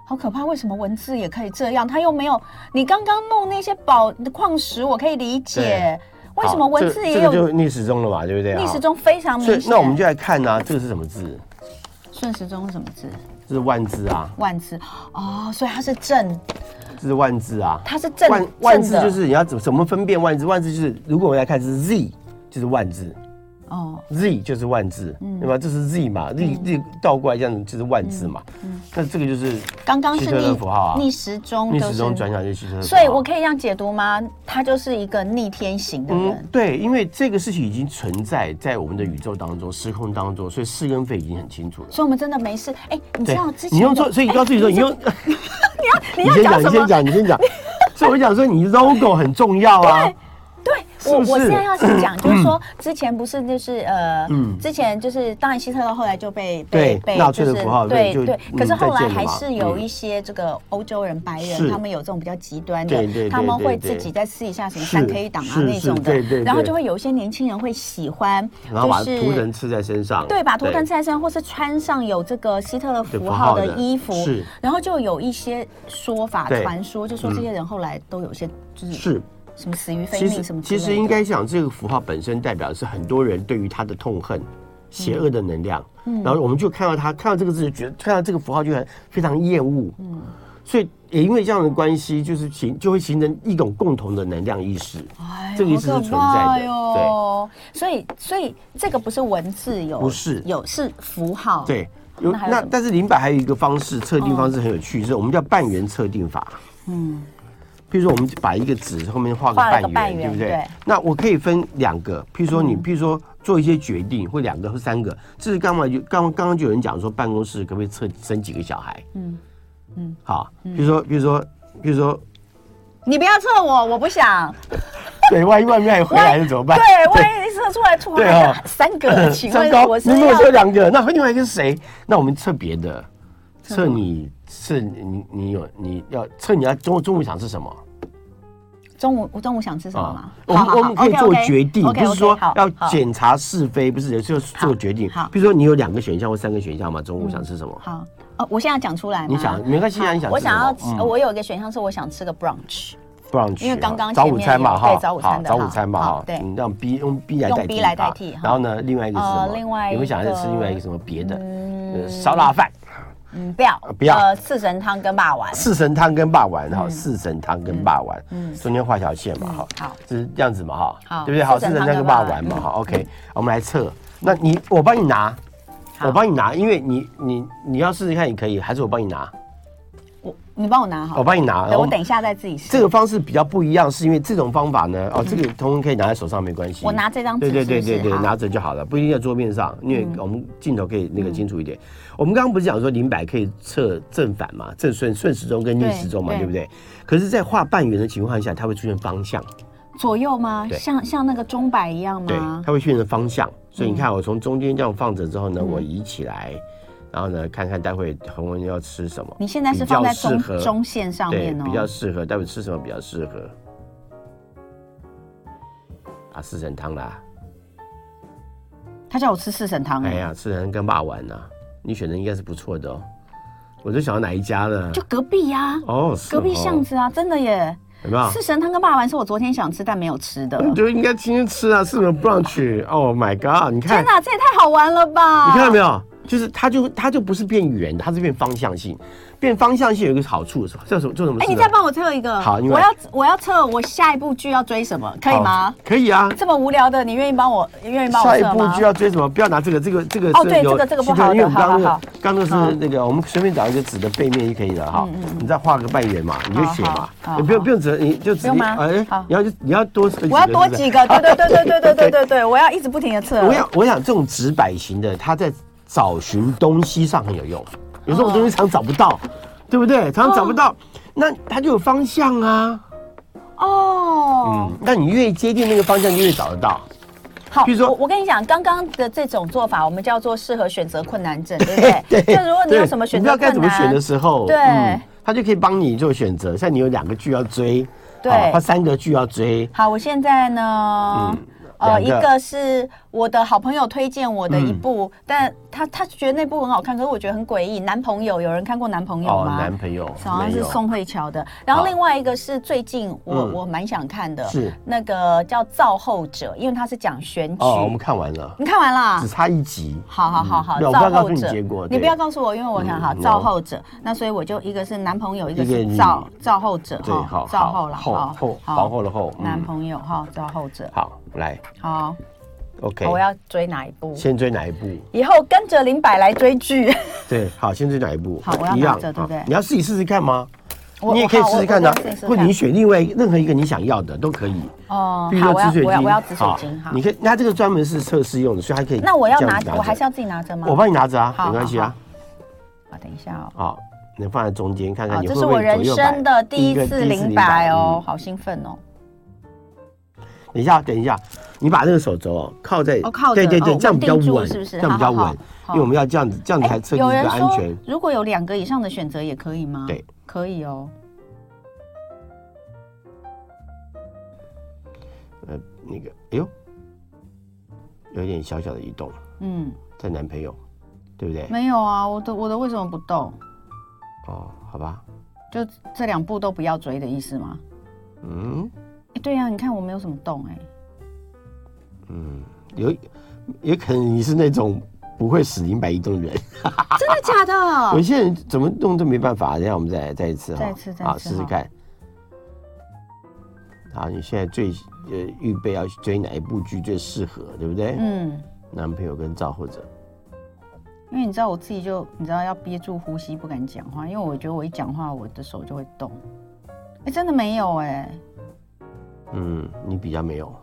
S2: 好可怕！为什么文字也可以这样？他又没有你刚刚弄那些宝矿石，我可以理解
S3: 对。
S2: 为什么
S3: 好
S2: 文
S3: 这
S2: 字
S3: 个
S2: 也
S3: 这个
S2: 有
S3: 就逆时钟了嘛，对不对？
S2: 逆时
S3: 好。
S2: 钟非常明
S3: 所以
S2: 显？
S3: 那我们就来看呢，这个是什么字？
S2: 顺时钟是什么字？
S3: 这是万字啊，
S2: 万字哦，所以它是正，
S3: 这是万字啊。
S2: 它是正
S3: 万万字
S2: 正的
S3: 就是你要怎么怎么分辨万字？万字就是如果我们来看是 Z，就是万字
S2: 哦，
S3: ，Z 就是万字，
S2: 嗯
S3: 对吧？这是 Z 嘛，Z Z 倒过来这样子就是万字嘛。那这个就是
S2: 刚刚
S3: 希
S2: 是
S3: 特勒
S2: 逆
S3: 符号啊
S2: 逆时钟
S3: 逆
S2: 嗯都
S3: 时
S2: 是，
S3: 钟转角就是希特勒符号。
S2: 所以我可以这样解读吗？他就是一个逆天行的
S3: 嗯
S2: 人，，
S3: 对，因为这个事情已经存在在我们的宇宙当中、时空当中，所以是跟非已经很清楚了。
S2: 所以我们真的没事。哎，你知
S3: 对
S2: 道之，前
S3: 你
S2: 有
S3: 用
S2: 哎
S3: 错，所以你告诉你说，你用，
S2: 你
S3: 你
S2: 要 讲什
S3: 先讲，你先
S2: 么？
S3: 讲，你先讲。所以我想说，你 logo 很重要啊。
S2: 对
S3: 是
S2: 我，
S3: 不
S2: 我
S3: 是嗯
S2: 现在要是 讲，就是说之前不是就是呃，之前就是当然希特勒后来就被被
S3: 对
S2: 被
S3: 纳
S2: 就
S3: 粹的
S2: 是
S3: 符号
S2: 对
S3: 就
S2: 对，
S3: 嗯
S2: 可是后
S3: 再
S2: 来
S3: 见了
S2: 还
S3: 嘛
S2: 是有
S3: 嗯
S2: 一些这个欧洲人白人，
S3: 是
S2: 他们有这种比较极端的
S3: 对对，对
S2: 他们会
S3: 对
S2: 自
S3: 对
S2: 己再试一下什么
S3: 是
S2: 三 K 党啊
S3: 是
S2: 那
S3: 是
S2: 种的
S3: 对对，
S2: 然后
S3: 对
S2: 就会有一些年轻人会喜欢，
S3: 然后把
S2: 就是
S3: 图腾刺在身上，
S2: 对，把图腾在身，或是穿上有这个希特勒符号的衣服，
S3: 是
S2: 然后就有一些说法、
S3: 对嗯
S2: 传说，就说这些人后来都有些就是
S3: 是。
S2: 什么死于非
S3: 其
S2: 命
S3: 实
S2: 什么之
S3: 其
S2: 类的。
S3: 实应该讲，这个符号本身代表的是很多人对于他的痛恨、邪恶的能量。
S2: 嗯
S3: 然后我们就看到他看到这个字，就觉得看到这个符号就很非常厌恶。嗯，所以也因为这样的关系，就是形就会形成一种共同的能量意识。
S2: 哎
S3: 这个意思
S2: 好
S3: 是
S2: 可
S3: 存
S2: 怕
S3: 在的
S2: 哟。所以，所以这个不是文字有，
S3: 不是
S2: 有是符号。，
S3: 对，有
S2: 那还有
S3: 那
S2: 什么哦
S3: 但是零摆还有一个方式，测定方式很有趣，是我们叫半圆测定法。譬如说我们把一个纸后面画个
S2: 嗯画了
S3: 半
S2: 个
S3: 圆，
S2: 半圆
S3: 对不对？
S2: 对嗯
S3: 那我可以分两个，譬如说你，譬如说做一些决定，或两个或三个。这是刚嘛？就刚刚刚就有人讲说，办公室可不可以测生几个小孩？
S2: 嗯
S3: 嗯嗯，好，比如说，比如说，比如说，
S2: 你不要测我，我不想。
S3: 对，万一外面还有回来了怎么办？
S2: 对，万一测出来突
S3: 对
S2: 然
S3: 哦
S2: 三 个，请
S3: 糟
S2: 问
S3: 糕
S2: 我，是
S3: 如果
S2: 要
S3: 说两个，那另外一个是谁？那我们测别的，测你测你你有你要测你要中中午想吃什么啊
S2: 中午我中午想吃什么吗？
S3: 我们我们可以做决定，
S2: o k
S3: 不是说要
S2: 减。
S3: 检查是非，不是就是做决定
S2: 好好。
S3: 比如说你有两个选项或三个选项嘛，中午想吃什么？
S2: 好，哦，我现在讲出来吗
S3: 你想没关系啊，你想
S2: 我
S3: 吃什
S2: 想要
S3: 么
S2: 吃，我有一个选项是我想吃个 brunch，
S3: 不让去，啊
S2: 因为刚刚
S3: 早
S2: 前
S3: 午
S2: 面
S3: 餐嘛
S2: 有
S3: 哈，
S2: 对早午餐
S3: 好
S2: 的
S3: 早午
S2: 哈
S3: 餐嘛
S2: 好
S3: 哈，
S2: 对
S3: 嗯让 B 用 B 来
S2: 用
S3: 代替
S2: B 来代
S3: 哈
S2: 替哈
S3: 然后呢，另外一个是什
S2: 呃
S3: 么？
S2: 另外
S3: 你们想
S2: 一
S3: 要吃另外一
S2: 个
S3: 个什么别的？呃烧腊饭。
S2: 嗯，不要
S3: 呃不要
S2: 呃，刺神汤跟霸丸，
S3: 四神汤跟霸丸哈，四神汤跟霸丸，
S2: 嗯
S3: 中间画条线嘛哈，
S2: 好，
S3: 是这样子嘛哈，
S2: 好
S3: 对不对？好，
S2: 四
S3: 四
S2: 神
S3: 神
S2: 汤跟
S3: 汤跟霸
S2: 霸
S3: 丸
S2: 丸
S3: 嘛
S2: 嗯
S3: 哈，OK，我们来测，那你我帮你拿，
S2: 好
S3: 我帮你拿，因为你你你要试试看也可以，还是我帮你拿，
S2: 我你帮我拿好了，
S3: 我帮你拿，
S2: 对，
S3: 然后
S2: 我等一下再自己试。
S3: 这个方式比较不一样，是因为这种方法呢，哦，这个通通可以拿在手上没关系。
S2: 嗯我拿这张纸
S3: 对对对
S2: 是
S3: 对
S2: 不
S3: 对
S2: 是，好嗯
S3: 拿着就好了，不一定在桌面上，因为我们镜头可以那个清楚一点。我们刚刚不是讲说林摆可以测正反嘛，正顺顺时钟跟逆时钟嘛，
S2: 对
S3: 对不对？可是，在画半圆的情况下，它会出现方向，
S2: 啊左右吗？
S3: 对
S2: 像像那个钟摆一样
S3: 对
S2: 吗，？
S3: 它会出现方向。所
S2: 嗯
S3: 以你看，我从中间这样放着之后呢，我移起来，然后呢，看看待会洪文要吃什么。
S2: 你现在是放在
S3: 比较适
S2: 中
S3: 合
S2: 中线上
S3: 对，
S2: 面哦
S3: 比，较适合，待会吃什么比较适合？啊，四神汤啦，
S2: 他叫我吃四神汤
S3: 哎
S2: 哎，
S3: 呀，四神汤跟霸丸呐、你选的应该是不错的哦。我就想要哪一家呢？
S2: 就隔壁呀，
S3: 哦，是
S2: 隔壁
S3: 哦
S2: 巷子啊，真的耶。
S3: 有没有？
S2: 四神汤跟霸丸是我昨天想吃但没有吃的。
S3: 你就应该今天吃啊，是什么 brunch？Oh my god！你看
S2: 天，哪，这也太好玩了吧！
S3: 你看到没有？就是它就它就不是变圆的，它是变方向性。变方向性有一个好处，叫什么？做什么
S2: 哎、
S3: 事
S2: 你
S3: 呢？
S2: 再帮我测一个。
S3: 好另外
S2: 我要我要测我下一部剧要追什么，可以吗
S3: 好？？可以啊。
S2: 这么无聊的，你愿意帮我，你愿意帮我
S3: 下一
S2: 测
S3: 步
S2: 吗？
S3: 就要追什么？不要拿这个，这个这个
S2: 哦
S3: 是
S2: 对
S3: 有
S2: 这个这个不
S3: 其他
S2: 好
S3: 因为我
S2: 的
S3: 们刚
S2: 好好
S3: 刚刚刚
S2: 好嗯
S3: 是那个，我们随便找一个纸的背面就可以了哈。你再画个半圆嘛，你就写嘛
S2: 好好，
S3: 你不用不用折，你就直
S2: 不用吗
S3: 哎
S2: 好，
S3: 你要你要多折几个
S2: 我要多几个，对对对对对对对 对对，我要一直不停的测。
S3: 我想，我想这种直摆型的，它在找寻东西上很有用。有时候我
S2: 哦
S3: 东西常找不到，对不对？常常找不到，那它就有方向啊。
S2: 哦，
S3: 嗯，那你越接近那个方向，就越找得到。
S2: 好，
S3: 譬如说
S2: 我我跟你讲，刚刚的这种做法，我们叫做适合选择困难症，对不 对？就如果你有
S3: 对
S2: 什么选
S3: 你不知
S2: 择
S3: 道该
S2: 困
S3: 怎么选
S2: 难
S3: 的，时候，嗯
S2: 对
S3: 他就可以帮你做选择。像你有两个剧要追，
S2: 对
S3: 啊或三个剧要追，
S2: 好，我现在呢，呃，一
S3: 嗯两个
S2: 个是我的好朋友推荐我的一部，
S3: 嗯
S2: 但他他觉得那部很好看，可是我觉得很诡异。男朋友有人看过男朋友
S3: 哦，
S2: 吗？
S3: 男朋友
S2: 好像
S3: 没
S2: 是
S3: 有，
S2: 宋慧乔的，然后
S3: 好
S2: 另外一个是最近我、
S3: 嗯
S2: 我蛮想看的，
S3: 是
S2: 那个叫《造后者》，因为它是讲选举。
S3: 哦，我们看完了，
S2: 你看完啦
S3: 只？差一集。
S2: 好好好好，
S3: 嗯那我不要告诉你结果，
S2: 你
S3: 对
S2: 不要告诉我，因为我想好
S3: 嗯
S2: 造后者，那所以我就一个是男朋友，一个
S3: 一个
S2: 是
S3: 你
S2: 造造后者
S3: 对，好，
S2: 造后了，
S3: 后后
S2: 好
S3: 皇后的后，嗯
S2: 男朋友哈，造后者，
S3: 好，来
S2: 好，
S3: ，OK，
S2: 我要追哪一部？
S3: 先追哪一部？
S2: 以后跟着林柏来追剧。
S3: 对，好，先追哪一部？
S2: 好我要
S3: 一
S2: 拿
S3: 样
S2: 着对不对
S3: 好你要自己试试看吗？
S2: 我
S3: 你也可以试试看
S2: 我
S3: 呐
S2: 我我试试，看
S3: 或者你选另外任何一个你想要的都可以。
S2: 哦
S3: 比，如
S2: 好，我
S3: 说
S2: 要
S3: 紫水
S2: 我要
S3: 晶，
S2: 我要紫水
S3: 好
S2: 晶，好
S3: 你。可以，那这个专门是测试用的，所以还可以。
S2: 那我要拿，我还是
S3: 要，
S2: 要自己拿着吗？
S3: 我帮你拿着啊，
S2: 好
S3: 没关系啊。
S2: 啊，等一下哦。
S3: 好，你放在中间看看
S2: 好，
S3: 哎你
S2: 这
S3: 会
S2: 是
S3: 不
S2: 我
S3: 会左
S2: 人
S3: 右摆
S2: 生的第一次零白哦，。
S3: 个
S2: 好兴奋哦！
S3: 嗯等一下，等一下，你把那个手肘哦靠在
S2: 哦，靠着，
S3: 对对对，
S2: 哦
S3: 这样比较
S2: 稳定住
S3: 稳，
S2: 是不是？
S3: 这样比较
S2: 好好
S3: 稳，
S2: 好哎
S3: 因为我们要这样子，这样子才测试
S2: 有人
S3: 个安
S2: 说
S3: 全。，
S2: 如果有两个以上的选择也可以吗？
S3: 对，
S2: 可以哦。
S3: 呃，那个，哎呦，有一点小小的移动，
S2: 嗯，
S3: 在男朋友，对不对？
S2: 没有啊，我的我的为什么不动？
S3: 哦，好吧，
S2: 就这两步都不要追的意思吗？
S3: 嗯
S2: 哎，对呀、你看我没有什么动哎、
S3: 嗯，有也可能你是那种不会使零摆移动的人。
S2: 真的假
S3: 有
S2: 的？
S3: 些人怎么弄都没办法，等一下我们再再一次
S2: 哦再一次再一
S3: 好
S2: 次
S3: 试试
S2: 哈
S3: 看。好，你现在最呃预备要追哪一部剧最适合，对不对？
S2: 嗯，
S3: 男朋友跟照或者
S2: 因为你知道我自己就你知道要憋住呼吸不敢讲话，因为我觉得我一讲话我的手就会动。哎，真的没有哎、
S3: 嗯，你比较没有，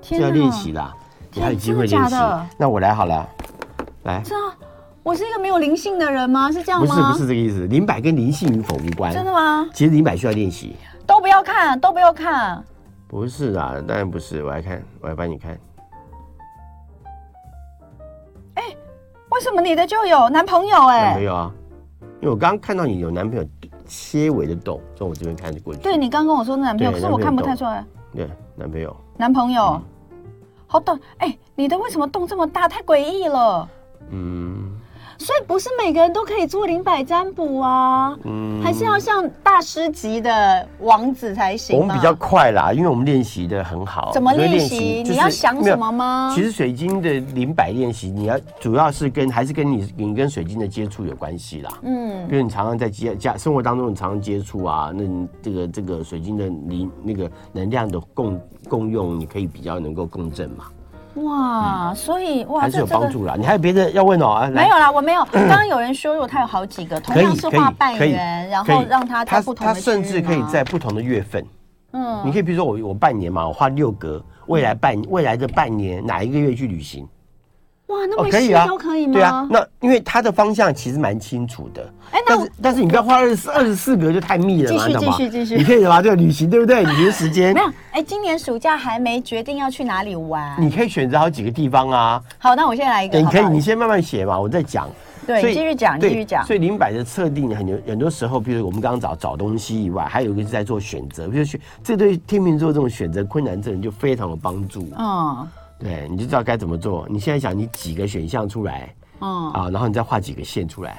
S2: 天
S3: 这要练习啦。你还有机
S2: 真
S3: 会
S2: 的
S3: 练
S2: 假
S3: 习
S2: 的？。
S3: 那我来好了，来，
S2: 这啊我是一个没有灵性的人吗？是这样
S3: 不是
S2: 吗？
S3: 不是这个意思，灵摆跟灵性与否无关。
S2: 真的吗？
S3: 其实灵摆需要练习。
S2: 都不要看，都不要看。
S3: 不是啊，当然不是。我来看，我来帮你看。
S2: 为什么你的就有男朋友、
S3: 男
S2: 哎，
S3: 朋友啊，因为我刚刚看到你有男朋友些微的痘，从我这边看过去。
S2: 对你刚跟我说的男朋友，
S3: 对
S2: 可是我看不
S3: 男朋友嗯
S2: 太出来。
S3: 对，男朋友，
S2: 男朋友，好懂。哎、你的为什么洞这么大？太诡异了。
S3: 嗯
S2: 所以不是每个人都可以做灵摆占卜啊，
S3: 嗯
S2: 还是要像大师级的王子才行
S3: 我
S2: 吧。
S3: 们比较快啦，因为我们练习的很好。
S2: 怎么
S3: 所以
S2: 练习
S3: 就
S2: 你
S3: 是
S2: 要想
S3: 没有
S2: 什么吗
S3: 其实水晶的灵摆练习，你要主要是跟还是跟你你跟水晶的接触有关系啦。
S2: 嗯
S3: 因为你常常在接家生活当中，你常常接触啊，那你这个这个水晶的灵那个能量的共共用，你可以比较能够共振嘛，
S2: 哇，所以哇，
S3: 嗯还是
S2: 这
S3: 有
S2: 这
S3: 帮
S2: 个
S3: 助啦。你还有别的要问哦？啊，来
S2: 没有啦，我没 有。刚刚有人说过他有好几个，同
S3: 可以
S2: 样是画半圆，然后让他在不同
S3: 他
S2: 的区域
S3: 甚至可以
S2: 吗
S3: 在不同的月份，
S2: 嗯
S3: 你可以比如说我我半年嘛，我画六格，未来半未来的半年哪一个月去旅行？
S2: 哇，那
S3: 哦，
S2: 么
S3: 可以
S2: 细
S3: 啊，
S2: 都可以吗？
S3: 对啊，那因为它的方向其实蛮清楚的。
S2: 哎那
S3: 但
S2: 我
S3: 是但是你不要画二十二十四格就太密了嘛，
S2: 继续
S3: 你懂吗
S2: 继续继续
S3: 你可以的吧？这个旅行对不对？旅行时间
S2: 没，有，哎，今年暑假还没决定要去哪里玩。
S3: 你可以选择好几个地方啊。
S2: 好，那我先来一个，
S3: 嗯对，你
S2: 好
S3: 可
S2: 不
S3: 以
S2: 好
S3: 你先慢慢写嘛，我再讲。
S2: 对
S3: 所以
S2: 继续讲
S3: 对
S2: 继续讲
S3: 所以零摆的测定很多很多时候，比如我们刚刚找找东西以外，还有一个是在做选择，比如选这对天秤座这种选择困难症就非常有帮助。
S2: 嗯
S3: 对，你就知道该怎么做。你现在想你几个选项出来
S2: 嗯，
S3: 啊，然后你再画几个线出来。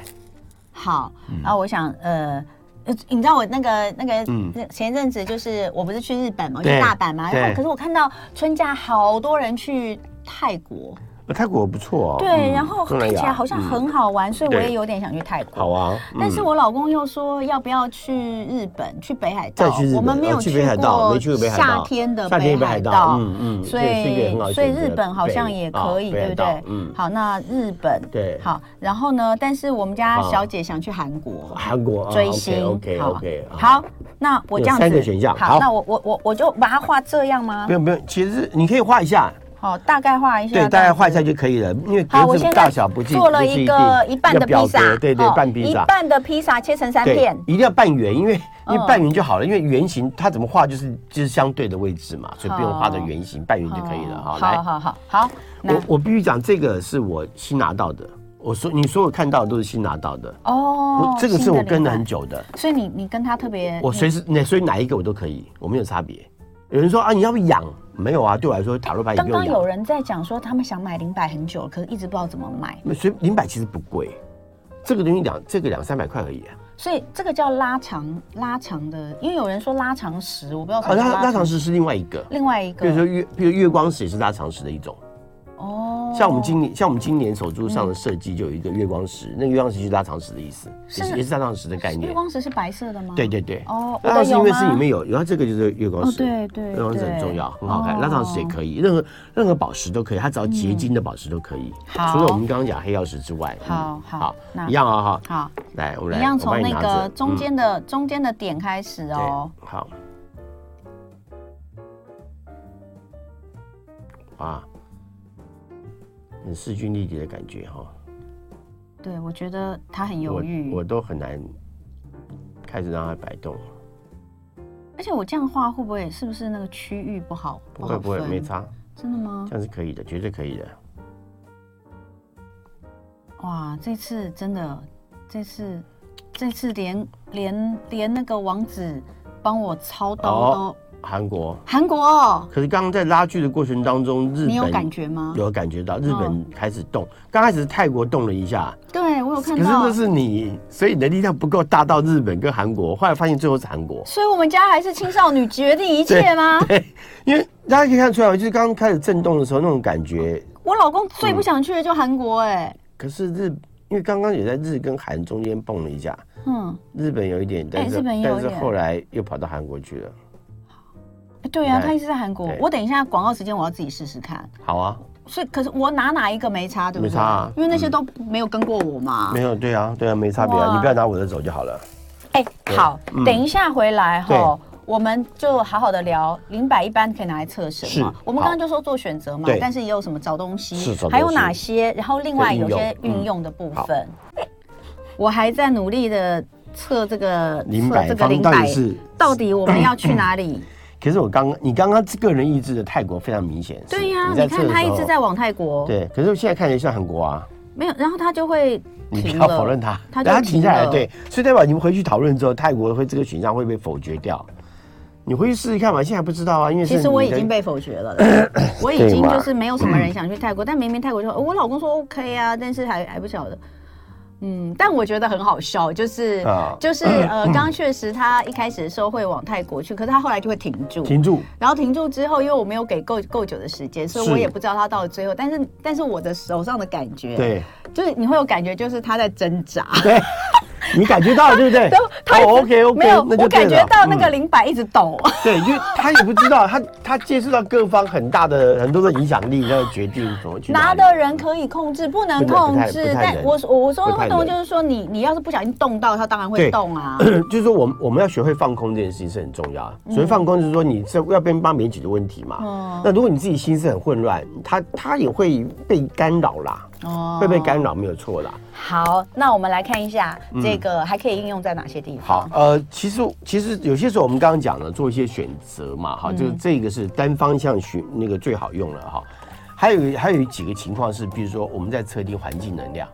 S2: 好，然后我想，呃，呃你知道我那个那个，
S3: 嗯
S2: 那前一阵子就是我不是去日本嘛，我
S3: 对
S2: 去大阪嘛，然后
S3: 对
S2: 可是我看到春假好多人去泰国，
S3: 呃泰国不错哦，
S2: 对，
S3: 嗯
S2: 然后看
S3: 东南
S2: 起
S3: 亚
S2: 来好像
S3: 嗯
S2: 很好玩，所以我
S3: 对
S2: 也有点想去泰国。
S3: 好啊。
S2: 但是
S3: 嗯
S2: 我老公又说要不要去日本，去北海道？
S3: 再去日本
S2: 我们没有
S3: 哦去北海道没去过北海道
S2: 夏天的
S3: 夏天的
S2: 北
S3: 北
S2: 海
S3: 海道
S2: 道，
S3: 嗯嗯
S2: 所
S3: 这也是一个很好
S2: 以
S3: 的
S2: 所以
S3: 选择
S2: 日本好像也可以，
S3: 北
S2: 对不
S3: 啊北海
S2: 对
S3: 道？嗯
S2: 好，那日本
S3: 对
S2: 好，然后呢？但是我们家
S3: 啊
S2: 小姐想去韩国。
S3: 韩国哦
S2: 追星
S3: ，OK 啊哦 OK，
S2: 好，那我这样子
S3: 有三个选项
S2: 好，
S3: 好
S2: 那我我我我就把它画这样吗
S3: 不？用不用，其实你可以画一下，
S2: 好，大概画一下这
S3: 对，
S2: 样子，
S3: 大概画一下就可以了，因为
S2: 好，
S3: 格
S2: 我
S3: 子
S2: 现在
S3: 大小不计，
S2: 做了
S3: 不是
S2: 一
S3: 定
S2: 个一半
S3: 要
S2: 的
S3: 表
S2: 披
S3: 格
S2: 萨，
S3: 对对，
S2: 哦
S3: 半披萨
S2: 一，半的披萨切成三
S3: 对
S2: 片，，
S3: 一定要半圆，因为因
S2: 嗯
S3: 为半圆就好了，因为圆形它怎么画就是就是相对的位置嘛，所以不用画的
S2: 好
S3: 圆形，半圆就可以了。
S2: 好哦
S3: 好，
S2: 好
S3: 来，
S2: 好好好，那
S3: 我我必须讲，这个是我新拿到的，我所你所有看到的都是新拿到的，
S2: 哦
S3: 我，这个是我跟了很
S2: 久，
S3: 久的，
S2: 所以你你跟他特别，
S3: 我随时哪所以哪一个我都可以，我没有差别。有人说啊，你要不要养？没有啊，对我来说塔罗牌也
S2: 刚
S3: 不用
S2: 刚有
S3: 养。
S2: 人在讲说他们想买零百很久了，可是一直不知道怎么买，
S3: 所以零百其实不贵，这个东西两这个两三百块而已、啊。
S2: 所以这个叫拉长拉长的，因为有人说拉长石，我不知道什
S3: 啊，
S2: 么是
S3: 拉拉长。石是另外一个，
S2: 另外一
S3: 比如
S2: 个
S3: 说月，比如月光石也是拉长石的一种。
S2: 哦，嗯
S3: 像我们今年，像我们今年手珠上的设计就有一个月光石，那个月光石就是拉长石的意思，
S2: 是
S3: 也是也是拉长石的概
S2: 月
S3: 念。
S2: 光石是白色的吗？
S3: 对对对。
S2: 哦，我
S3: 拉
S2: 的
S3: 长石
S2: 有
S3: 因为
S2: 吗
S3: 是里面有，有它这个就是月光石，
S2: 哦对对
S3: 月光石很
S2: 对
S3: 重要，很好
S2: 哦嗯
S3: 看。拉长石也可以，任何任何宝石都可以，它只要结晶的宝石都可以。
S2: 好
S3: 除了我们刚刚讲黑曜石之外，嗯
S2: 好好那
S3: 一样啊哈。
S2: 好，
S3: 来，我们
S2: 一
S3: 来，
S2: 样
S3: 我
S2: 从
S3: 帮你
S2: 那
S3: 拿
S2: 个
S3: 着
S2: 中
S3: 嗯
S2: 间的中间的点开始哦。
S3: 对，好。哇，很势均力敌的感觉哈、
S2: 对，我觉得他很犹
S3: 我
S2: 豫，
S3: 我都很难开始让它摆动。
S2: 而且我这样画会不会是不是那个区域不好？
S3: 不会
S2: 好
S3: 不会，
S2: 分
S3: 没差，
S2: 真的吗
S3: 这？样是可以的，绝对可以的。
S2: 哇，这次真的，这次这次连连连那个王子帮我操刀都、
S3: 哦韩国，
S2: 韩国哦，
S3: 可是刚刚在拉锯的过程当中，日本
S2: 你有感觉吗？嗯
S3: 有感觉到日本开始动，刚开始是泰国动了一下，
S2: 对我有
S3: 可
S2: 看
S3: 是
S2: 到
S3: 那。是你，所以你的力量不够大到日本跟韩国，后来发现最后是韩国。
S2: 所以我们家还是青少女决定一切吗？
S3: 对，因为大家可以看出来，就是刚刚开始震动的时候那种感觉。
S2: 我老公
S3: 嗯
S2: 最不想去的就韩国哎、
S3: 可是日，因为刚刚也在日跟韩中间蹦了一下，
S2: 嗯，
S3: 日本有一点，但是、
S2: 哎日本也有
S3: 但是
S2: 一点
S3: 后来又跑到韩国去了。
S2: 哎对啊，
S3: 对
S2: 他一直在韩国
S3: 对。
S2: 我等一下广告时间我要自己试试看。
S3: 好啊，
S2: 所以可是我拿哪一个没差，对不对？
S3: 没差啊
S2: 因为那些都没有跟过我嘛。
S3: 没有，对啊，对啊，没差别啊，
S2: 嗯哇
S3: 你不要拿我的走就好了。
S2: 哎、好，等一下回来
S3: 嗯对
S2: 哈，我们就好好的聊，零百一般可以拿来测什么
S3: 是？
S2: 我们刚刚
S3: 好
S2: 就说做选择嘛
S3: 对，
S2: 但是也有什么找东西
S3: 是找，
S2: 还有
S3: 东西
S2: 哪些？然后另外有些
S3: 应用嗯
S2: 运用的部分，我还在努力的测这个
S3: 零
S2: 测
S3: 百
S2: 这个
S3: 方
S2: 零
S3: 到
S2: 百
S3: 底，是？
S2: 到底我们要去哪里？
S3: 可是我刚刚你刚刚个人意志的泰国非常明显。是
S2: 对呀，
S3: 在
S2: 你
S3: 测
S2: 看
S3: 的
S2: 他
S3: 时
S2: 一
S3: 候
S2: 直在往泰国，
S3: 对，可是现在看起来像韩国啊，
S2: 没有，然后他就会
S3: 你不
S2: 停
S3: 要
S2: 了
S3: 否认它，
S2: 他
S3: 然
S2: 就
S3: 后停
S2: 停
S3: 下来，
S2: 了
S3: 对，所以代表你们回去讨论之后，泰国会这个选项会被否决掉。你回去试试看嘛，现在不知道啊，因为
S2: 其
S3: 是
S2: 实我
S3: 你
S2: 已
S3: 的
S2: 经被否决了 啦，我已经
S3: 对嘛嗯
S2: 就是没有什么人想去泰国，但明明泰国就说、哦我老公说 OK 啊，但是还还不晓得。嗯，但我觉得很好笑，就是、
S3: 啊
S2: 就是呃，刚刚确实他一开始的时候会往泰国去，可是他后来就会停住，
S3: 停住，
S2: 然后停住之后，因为我没有给够够久的时间，所以
S3: 是
S2: 我也不知道他到了最后，但是但是我的手上的感觉，，
S3: 对
S2: 就是你会有感觉，就是他在挣扎，
S3: 对，你感觉到了对 不对？
S2: 然后他一直
S3: 哦，OK OK，
S2: 没有，我感觉到那个
S3: 嗯
S2: 零百一直抖，
S3: 对，因为他也不知道，他他接触到各方很大的很多的影响力，然后决定怎么去
S2: 拿
S3: 里
S2: 的人可以控制，不能
S3: 不能
S2: 控
S3: 不太
S2: 制。
S3: 不太
S2: 但
S3: 能
S2: 我我我说的
S3: 不太
S2: 会动，
S3: 能
S2: 就是说你你要是不小心动到它，当然会
S3: 对
S2: 动啊。
S3: 就是说我们我们要学会放空这件事情是很重要的。所谓放空，就是说你是要边帮别人解决问题嘛。
S2: 嗯
S3: 那如果你自己心思很混乱，他他也会被干扰啦，
S2: 哦
S3: 会被干扰没有错啦。
S2: 好，那我们来看一下这个还可以应用在哪些地
S3: 好
S2: 方。，
S3: 呃，其实其实有些时候我们刚刚讲了做一些选择嘛，哈，
S2: 嗯
S3: 就是这个是单方向选那个最好用了哈。还有还有几个情况是，比如说我们在测定环境能量。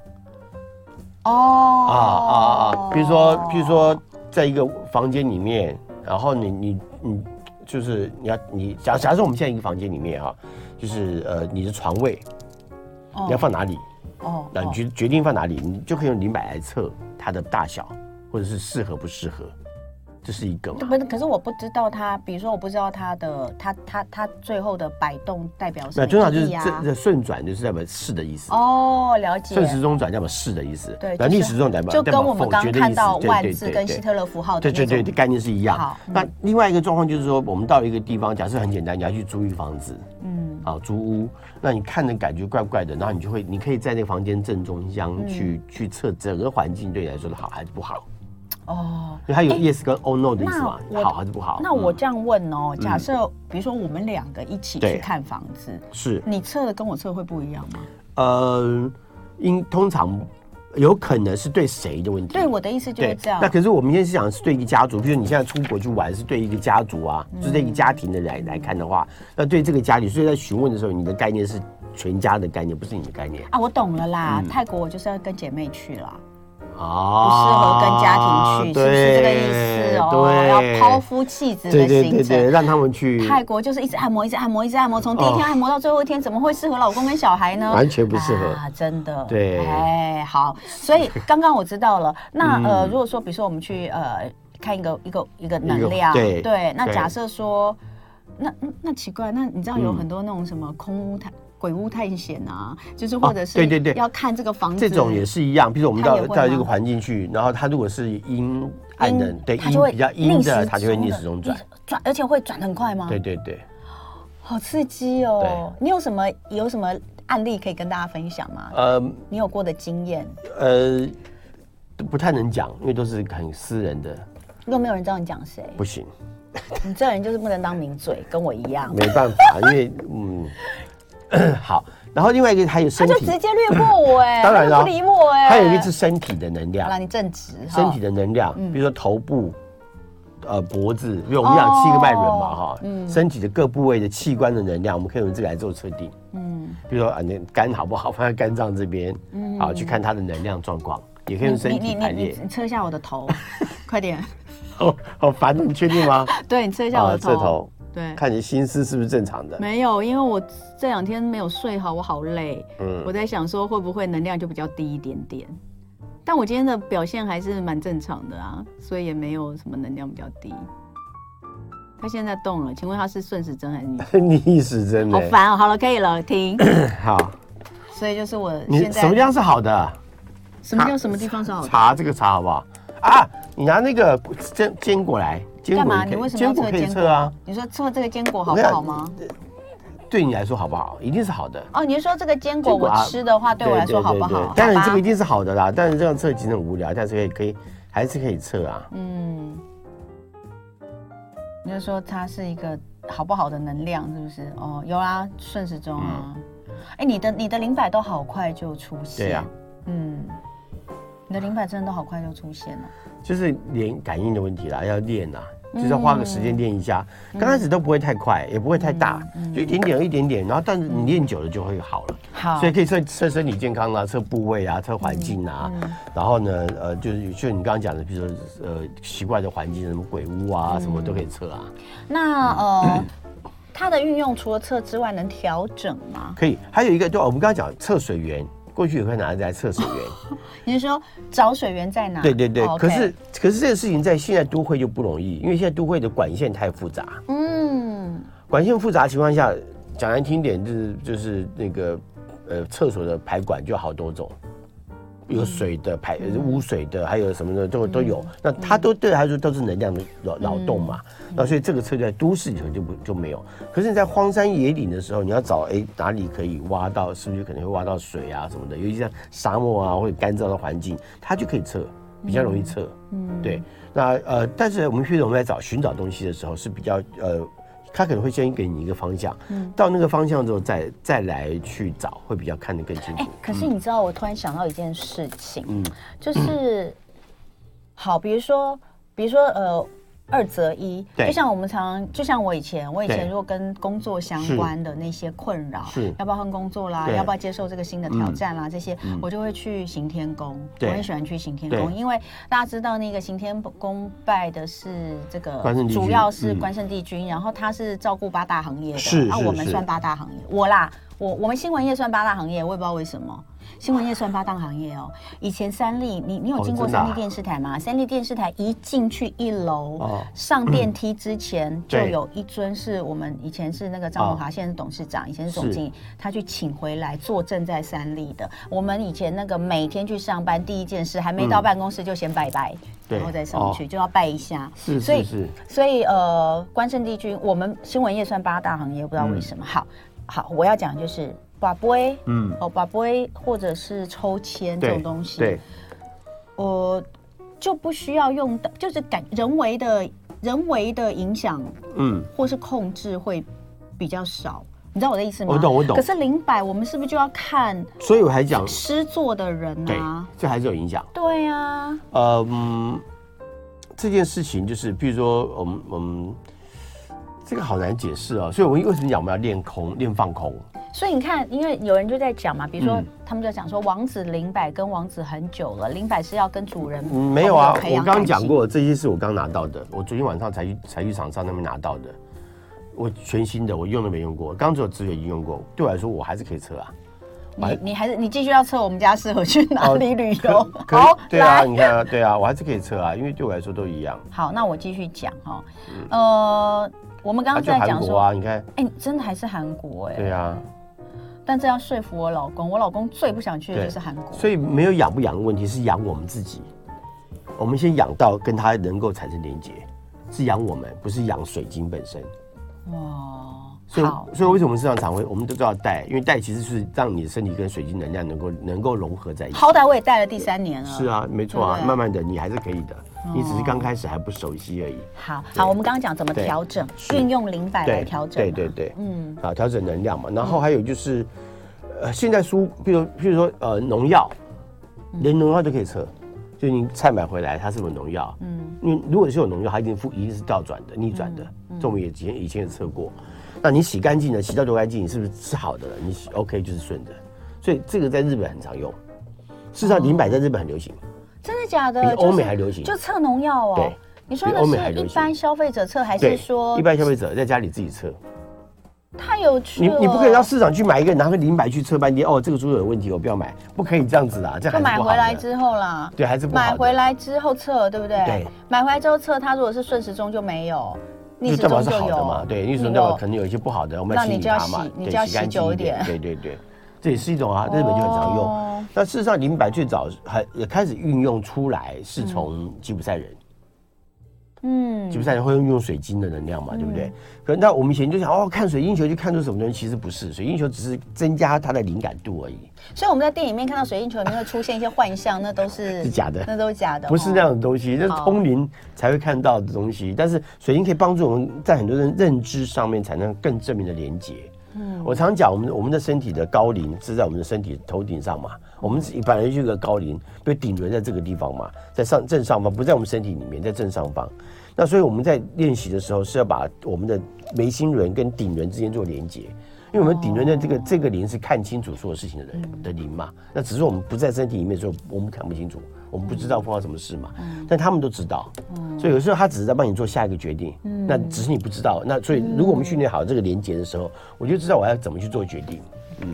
S2: 哦
S3: 啊啊啊！比如说，比如说，在一个房间里面，然后你你你，就是你要你假假设我们现在一个房间里面啊，就是呃你的床位
S2: 哦
S3: 你要放哪里，
S2: 哦
S3: 那你决决定放哪里，你就可以用零百来测它的大小，或者是适合不适合，这是一个嘛？
S2: 不是，可是我不知道它，比如说我不知道它的，它它它最后的摆动代表什
S3: 那
S2: 么
S3: 通常就是
S2: 意义啊
S3: 这这顺转就是代表是的意思。
S2: 哦，了解。
S3: 顺时钟转代表是的意思，
S2: 对
S3: 那
S2: 就是
S3: 逆时钟代表
S2: 就
S3: 代
S2: 跟
S3: 表
S2: 我们
S3: 否
S2: 刚
S3: 决的
S2: 看
S3: 意思
S2: 到
S3: 对
S2: 万
S3: 对
S2: 字
S3: 对
S2: 跟
S3: 对
S2: 希特勒符号的
S3: 对对
S2: 那
S3: 对，
S2: 种
S3: 概念是一样
S2: 好。嗯
S3: 那另外一个状况就是说，我们到一个地方，假设很简单，你要去租一个房子，嗯，啊，租屋，那你看着感觉怪怪的，然后你就会，你可以在那个房间正中央
S2: 嗯
S3: 去去测整个环境对你来说的好还是不好，
S2: 哦。
S3: 因为它有 yes 跟 oh no 的意思嘛
S2: 那，我
S3: 好还是不好？
S2: 那我
S3: 嗯
S2: 这样问哦，假设比如说我们两个一起去
S3: 对
S2: 看房子，
S3: 是
S2: 你测的跟我测会不一样吗？
S3: 呃，因通常有可能是对谁的问题？
S2: 对，我的意思就是这样
S3: 那。可是我们现在是讲是对一个家族，比如你现在出国去玩是对一个家族啊，
S2: 嗯
S3: 是对一个家庭的来来看的话，那对这个家里，所以在询问的时候，你的概念是全家的概念，不是你的概念
S2: 啊，我懂了
S3: 嗯
S2: 啦，泰国我就是要跟姐妹去啦，不适合
S3: 啊
S2: 跟家庭去，是不是这个意思哦？要抛夫弃子
S3: 对
S2: 的
S3: 对
S2: 行
S3: 对对，
S2: 程。
S3: 让他们去，
S2: 泰国就是一直按摩，一直按摩，一直按摩，从第一天
S3: 哦
S2: 按摩到最后一天，怎么会适合老公跟小孩呢？
S3: 完全不适合
S2: 啊，真的。
S3: 对嗯
S2: 哎，好，所以刚刚我知道了。那呃，如果说比如说我们去呃看一个一个一个能量，
S3: 对
S2: 那
S3: 对
S2: 假设说，那那那奇怪，那你知道有
S3: 嗯
S2: 很多那种什么空屋探鬼屋探险啊，就是或者是
S3: 嗯哦对对对
S2: 要看这个房子，
S3: 这种也是一样。比如我们
S2: 他嗯也
S3: 到
S2: 会
S3: 到一个
S2: 吗
S3: 环境去，然后他如果是阴暗的
S2: 阴，
S3: 对
S2: 它
S3: 阴
S2: 就会
S3: 比较阴的，
S2: 逆时
S3: 他就会
S2: 钟
S3: 逆
S2: 的
S3: 时钟转。
S2: 转，而且会转得很快吗？
S3: 对，对对，
S2: 好刺激哦！你有什么有什么案例可以跟大家分享吗？
S3: 呃
S2: 你有过的经验，
S3: 呃，不太能讲，因为都是很私人的，
S2: 又没有人知道你讲谁，
S3: 不行。
S2: 你这人就是不能当名嘴，跟我一样。
S3: 没办法，因为嗯， 好。然后另外一个还有
S2: 他
S3: 身
S2: 就
S3: 体，
S2: 直接略过我哎、
S3: 当然
S2: 他
S3: 啦
S2: 就不理我哎、
S3: 还有一个是身体的能
S2: 好了，
S3: 量，
S2: 你正直哈
S3: 身体的能量，
S2: 嗯
S3: 比如说头部。呃，脖子，因为我们讲七个脉轮
S2: 哦
S3: 嘛，哈、
S2: 嗯
S3: 身体的各部位的器官的能量，我们可以用这个来做测定。嗯，比如说啊，你肝好不好，放在肝脏这边，嗯，好去看它的能量状况，也可以用身体排列。
S2: 你测一下我的头，快点，
S3: 哦，好烦，你确定 吗？啊
S2: 对你测一下我的头，
S3: 这头，
S2: 对，
S3: 看你心思是不是正常的？
S2: 没有，因为我这两天没有睡好，我好累，
S3: 嗯
S2: 我在想说会不会能量就比较低一点点。但我今天的表现还是蛮正常的啊，所以也没有什么能量比较低。他现在动了，请问他是顺时针还是逆时针？
S3: 逆时针
S2: 好
S3: 的，
S2: 烦哦！好了，可以了， 停。
S3: 好，
S2: 所以就是我
S3: 你
S2: 现在哦
S3: 什么样是好的？
S2: 什么叫什么地方是好的？
S3: 查这个查好不好？啊，你拿那个坚坚果来，坚
S2: 干
S3: 果
S2: 嘛？
S3: 也
S2: 你
S3: 可
S2: 为
S3: 以，
S2: 什么要
S3: 坚
S2: 测
S3: 果可以
S2: 坚
S3: 测啊
S2: 果？。你说测这个坚果好
S3: 我
S2: 不
S3: 跟你
S2: 好
S3: 讲
S2: 吗？？
S3: 对你来说好不好？一定是好的。
S2: 哦，你是说这个坚果
S3: 坚果
S2: 我
S3: 啊
S2: 吃的话，对我来说好不
S3: 对对对
S2: 好
S3: 对？当然
S2: 好吧
S3: 这个一定是好的啦，但是这样测其实很无聊，但是可以可以还是可以测啊。
S2: 嗯，你就说它是一个好不好的能量，是不是？哦，有啊，顺时钟啊。哎、你的你的灵摆都好快就出现。
S3: 嗯对呀、
S2: 嗯，你的灵摆真的都好快就出现了。
S3: 就是连感应的问题啦，要练呐、就是要花个时
S2: 嗯
S3: 间练一下。刚开始都不会太快，也不会太大，就一点点一点点，然后但是你练久了就会好了。
S2: 好，
S3: 所以可以测测身体健康啊，测部位啊，测环境啊，
S2: 嗯
S3: 然后呢，呃，就是就你刚刚讲的，比如说呃奇怪的环境，什么鬼屋啊，什么
S2: 嗯
S3: 都可以测啊，
S2: 那呃，它的运用除了测之外，能调整吗？
S3: 可以。还有一个，对，我们刚刚讲测水源，过去也会拿来测水源，
S2: 你是说找水源在哪？
S3: 对对对。
S2: 哦，OK
S3: 可是可是这个事情在现在都会就不容易，因为现在都会的管线太复杂。
S2: 嗯，
S3: 管线复杂的情况下，讲难听点就是就是那个呃厕所的排管就好多种，
S2: 嗯
S3: 有水的排、呃污水的，还有什么的都都有。那它
S2: 嗯
S3: 都对它来说都是能量的扰扰动嘛。那所以这个车在都市里头就不就没有。可是你在荒山野岭的时候，你要找哎哪里可以挖到，是不是可能会挖到水啊什么的？尤其像沙漠啊或者干燥的环境，它就可以测，比较容易测。嗯，对。那呃，但是我们譬如我们在找寻找东西的时候是比较呃他可能会先给你一个方向，
S2: 嗯
S3: 到那个方向之后再再来去找，会比较看得更清
S2: 哎、
S3: 楚。嗯
S2: 可是你知道，我突然想到一件事情，就是 好，比如说，比如说，呃。二择一，
S3: 对
S2: 就像我们常，就像我以前，我以前
S3: 对
S2: 如果跟工作相关的那些困扰
S3: 是，
S2: 要不要换工作啦，
S3: 对嗯
S2: 要不要接受这个新的挑战啦，这些我就会去行天宫，我
S3: 对
S2: 很喜欢去行天宫，
S3: 对
S2: 因为大家知道那个行天宫拜的是这个
S3: 关圣，帝君
S2: 主要是
S3: 嗯
S2: 关圣帝君，然后他是照顾八大行业的，
S3: 是
S2: 啊，
S3: 是
S2: 我们
S3: 是
S2: 算八大行业，我啦，我我们新闻业算八大行业，我也不知道为什么。新闻业算八大行业哦。以前三立，你你有
S3: 哦
S2: 经过
S3: 真的啊
S2: 三立电视台吗？三立电视台一进去一楼，
S3: 哦嗯
S2: 上电梯之前就
S3: 对哦
S2: 有一尊是我们以前是那个张文华，现在是董事长，以前是总经理，他去请回来坐镇在三立的。我们以前那个每天去上班，第一件事还没到办公室就先拜拜，
S3: 嗯对哦
S2: 然后再上去就要拜一下。
S3: 是
S2: 所以
S3: 是是，
S2: 所以呃，关圣帝君，我们新闻业算八大行业，不知道为什么。好，好，我要讲的就是把杯，
S3: 嗯，
S2: 哦，把杯或者是抽签这
S3: 对
S2: 种东西，
S3: 对，
S2: 我就不需要用到，就是感人为的人为的影响
S3: 嗯，
S2: 或是控制会比较少。你知道我的意思吗？
S3: 哦我懂我懂
S2: 可是零百，我们是不是就要看
S3: 所以我还讲，
S2: 诗作的人
S3: 对
S2: 啊？，
S3: 这还是有影响。
S2: 对啊，
S3: 呃嗯，这件事情就是，譬如说，我们我们这个好难解释哦。所以我们为什么讲我们要练空、练放空？
S2: 所以你看，因为有人就在讲嘛，比如说、
S3: 嗯
S2: 他们就讲说，王子零百跟王子很久了，零百是要跟主人
S3: 嗯，没有啊，
S2: 培
S3: 我
S2: 养
S3: 刚
S2: 感情
S3: 刚讲，过，这些是我刚拿到的，我昨天晚上才去才去厂商那边拿到的，我全新的，我用都没用过，刚只有资源已经用过，对我来说我还是可以测啊。
S2: 你你还是你继续要测我们家适合去哪
S3: 哦
S2: 里旅
S3: 可
S2: 游？
S3: 可以对啊，
S2: 来
S3: 你看啊，对啊，我还是可以测啊，因为对我来说都一样。
S2: 好，那我继续讲哈、哦，呃，我们刚
S3: 啊，
S2: 刚
S3: 就
S2: 在
S3: 嗯韩
S2: 讲
S3: 国
S2: 说，
S3: 啊，你看，
S2: 哎、你真的还是韩国哎、
S3: 对啊，
S2: 但这要说服我老公，我老公最不想去的
S3: 对
S2: 就是韩国。
S3: 所以没有养不养的问题，是养我们自己。我们先养到跟它能够产生连接，是养我们，不是养水晶本身。
S2: 哇，
S3: 所
S2: 好，
S3: 以，所以为什么市场常会，我们都知道带，因为带其实是让你的身体跟水晶能量能够能够融合在一起。
S2: 好歹我也带了第三年了。
S3: 是啊，没错
S2: 对
S3: 啊
S2: 不，对哦
S3: 慢慢的你还是可以的，你只是刚开始还不熟悉而已。
S2: 好好，我们刚刚讲怎么
S3: 对
S2: 调整，
S3: 是
S2: 运用灵摆来
S3: 对
S2: 调整。
S3: 对对，对，
S2: 嗯，
S3: 啊，调整能量嘛。然后还有就是，呃，现在蔬，譬如譬如说呃农药，
S2: 嗯
S3: 连农药都可以测，就你菜买回来它是不是有农药？嗯，因为如果是有农药，它一定负一定是倒转的、逆转
S2: 嗯
S3: 的，这我们也以前以前也测过。那你洗干净了，洗到多干净，你是不是是好的了？你洗 OK 就是顺的，所以这个在日本很常用。事实
S2: 哦
S3: 上，零摆在日本很流行，
S2: 真的假的？
S3: 比欧
S2: 就
S3: 美
S2: 是
S3: 还流行
S2: 就测农药哦
S3: 对。
S2: 你说
S3: 比
S2: 的
S3: 欧美还
S2: 是
S3: 流
S2: 一
S3: 行
S2: 般消费者测，还是
S3: 对，
S2: 说
S3: 一般消费者在家里自己测。
S2: 太有趣
S3: 你
S2: 了？
S3: 你不可以到市场去买一个，拿个零百去测半天，哦，这个猪肉有问题，我不要买，不可以这样子啊，这样
S2: 就
S3: 还
S2: 是买
S3: 不好
S2: 回
S3: 的
S2: 来之后啦。
S3: 对还是不好的
S2: 买回来之后测，对不对？
S3: 对。
S2: 买回来之后测，它如果是顺时钟就没有，逆
S3: 就
S2: 时
S3: 代
S2: 钟
S3: 表是
S2: 就
S3: 好的
S2: 有
S3: 嘛，对，
S2: 你
S3: 逆时钟代表可能有一些不好的，我们要
S2: 那你
S3: 清理
S2: 就要
S3: 它嘛
S2: 洗，你
S3: 对
S2: 就要
S3: 洗干
S2: 洗
S3: 净
S2: 久一
S3: 一点，
S2: 点
S3: 对对对，这也是一种啊，日本就很常
S2: 哦
S3: 用。那事实上，零百最早还也开始运用出来是从吉普赛人，
S2: 嗯
S3: 基本上会用水晶的能量嘛，对不对？可那我们以前就想哦，看水晶球就看出什么东西，其实不是，水晶球只是增加它的灵感度而已，
S2: 所以我们在电影里面看到水晶球里面会出现一些幻象，那都是
S3: 是假的
S2: 那都是假的，
S3: 不是那样的东西，那是
S2: 好
S3: 通灵才会看到的东西。但是水晶可以帮助我们在很多人认知上面产生更正面的连接。嗯，我常讲，我们我们的身体的高龄是在我们的身体头顶上嘛，我们本来就有个高龄被顶轮在这个地方嘛，在上正上方，不在我们身体里面，在正上方。那所以我们在练习的时候是要把我们的眉心轮跟顶轮之间做连接，因为我们顶轮的这个、这个灵是看清楚所有事情的人、的灵嘛，那只是我们不在身体里面的时候，我们看不清楚，我们不知道碰到什么事嘛，但他们都知道，所以有时候他只是在帮你做下一个决定，那只是你不知道。那所以如果我们训练好这个连接的时候，我就知道我要怎么去做决定。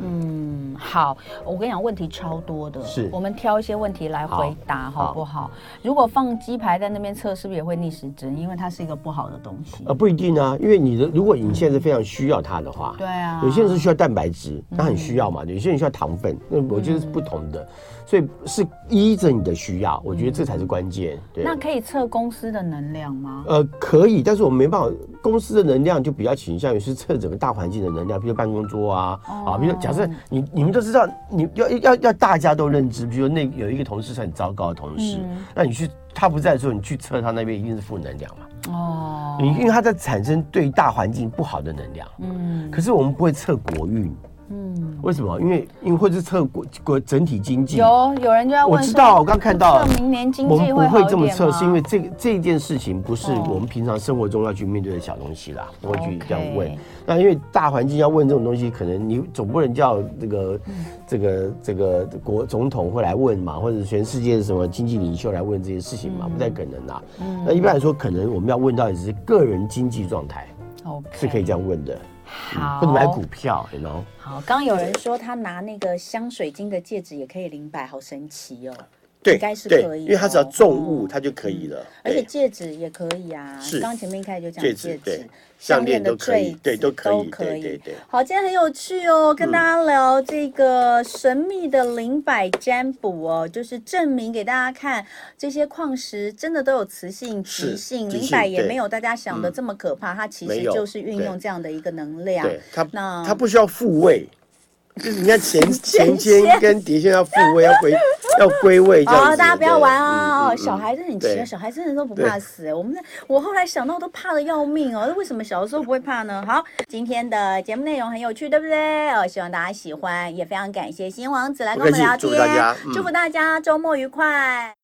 S2: 嗯好，我跟你讲，问题超多的，
S3: 是
S2: 我们挑一些问题来回答
S3: 好
S2: 好不好？如果放鸡排在那边测，是不是也会逆时针？因为它是一个不好的东西。
S3: 呃，不一定啊，因为你的如果你现在是非常需要它的话，
S2: 对啊嗯
S3: 有些人是需要蛋白质，他很需要嘛；有些人需要糖分，那我觉得是不同的，所以是依着你的需要，我觉得这才是关键。对，
S2: 嗯那可以测公司的能量吗？
S3: 呃，可以，但是我们没办法，公司的能量就比较倾向于是测整个大环境的能量，比如办公桌啊，
S2: 哦
S3: 啊，比如假设你你们都知道，你要要要大家都认知，比如那有一个同事是很糟糕的同事，
S2: 嗯
S3: 那你去他不在的时候，你去测他那边一定是负能量嘛，
S2: 哦，
S3: 你因为他在产生对大环境不好的能量，
S2: 嗯
S3: 可是我们不会测国运，
S2: 嗯，
S3: 为什么？因为因为或是测国国整体经济，
S2: 有有人就在
S3: 我
S2: 问说，
S3: 知道，我刚看到了
S2: 测。明年经
S3: 我
S2: 济
S3: 们不
S2: 会好
S3: 会
S2: 一
S3: 这么测，
S2: 点吗
S3: 是因为这个这件事情不是
S2: 哦
S3: 我们平常生活中要去面对的小东西啦，不会去这样问
S2: OK。
S3: 那因为大环境要问这种东西，可能你总不能叫这个
S2: 嗯
S3: 这个这个国总统会来问嘛，或者全世界什么经济领袖来问这些事情嘛，不
S2: 嗯
S3: 太可能啦。那一般来说，可能我们要问到的只是个人经济状态
S2: OK
S3: 是可以这样问的，嗯
S2: 好，
S3: 或者买股票，你知道。
S2: 好，刚刚有人说他拿那个镶水晶的戒指也可以零摆，好神奇哦。应该是可以、哦，
S3: 因为它只要重物，
S2: 嗯
S3: 它就可以了。
S2: 而且
S3: 对
S2: 戒指也可以啊。
S3: 是
S2: 刚前面一开始就讲
S3: 戒指
S2: 指，
S3: 对项
S2: 项
S3: 链
S2: 链的
S3: 都可以
S2: 坠子
S3: 对都可以
S2: 都
S3: 对对嗯对
S2: 好，今天很有趣哦，跟大家聊这个神秘的灵摆占卜哦，就是证明给大家看，这些矿石真的都有磁性、
S3: 是
S2: 极性，
S3: 极
S2: 灵
S3: 性
S2: 摆也
S3: 对嗯
S2: 没有大家想的这么可怕，它其
S3: 没
S2: 实
S3: 有
S2: 就是运
S3: 对
S2: 用这样的一个能量。
S3: 对，它
S2: 那
S3: 它不需要复位，就是你看前 前
S2: 前
S3: 肩
S2: 线
S3: 跟底线要复位，要归要归位这样子。
S2: 哦，大家不要
S3: 对
S2: 玩啊！
S3: 嗯
S2: 哦，
S3: 嗯
S2: 小孩真的很奇
S3: 对
S2: 怪，小孩真的都不怕死。我们在我后来想到都怕的要命哦，为什么小的时候不会怕呢？好，今天的节目内容很有趣，对不对？哦，希望大家喜欢，也非常感谢新王子来跟我们聊
S3: 不客
S2: 天，
S3: 气祝福大家嗯
S2: 祝福大家周末愉快。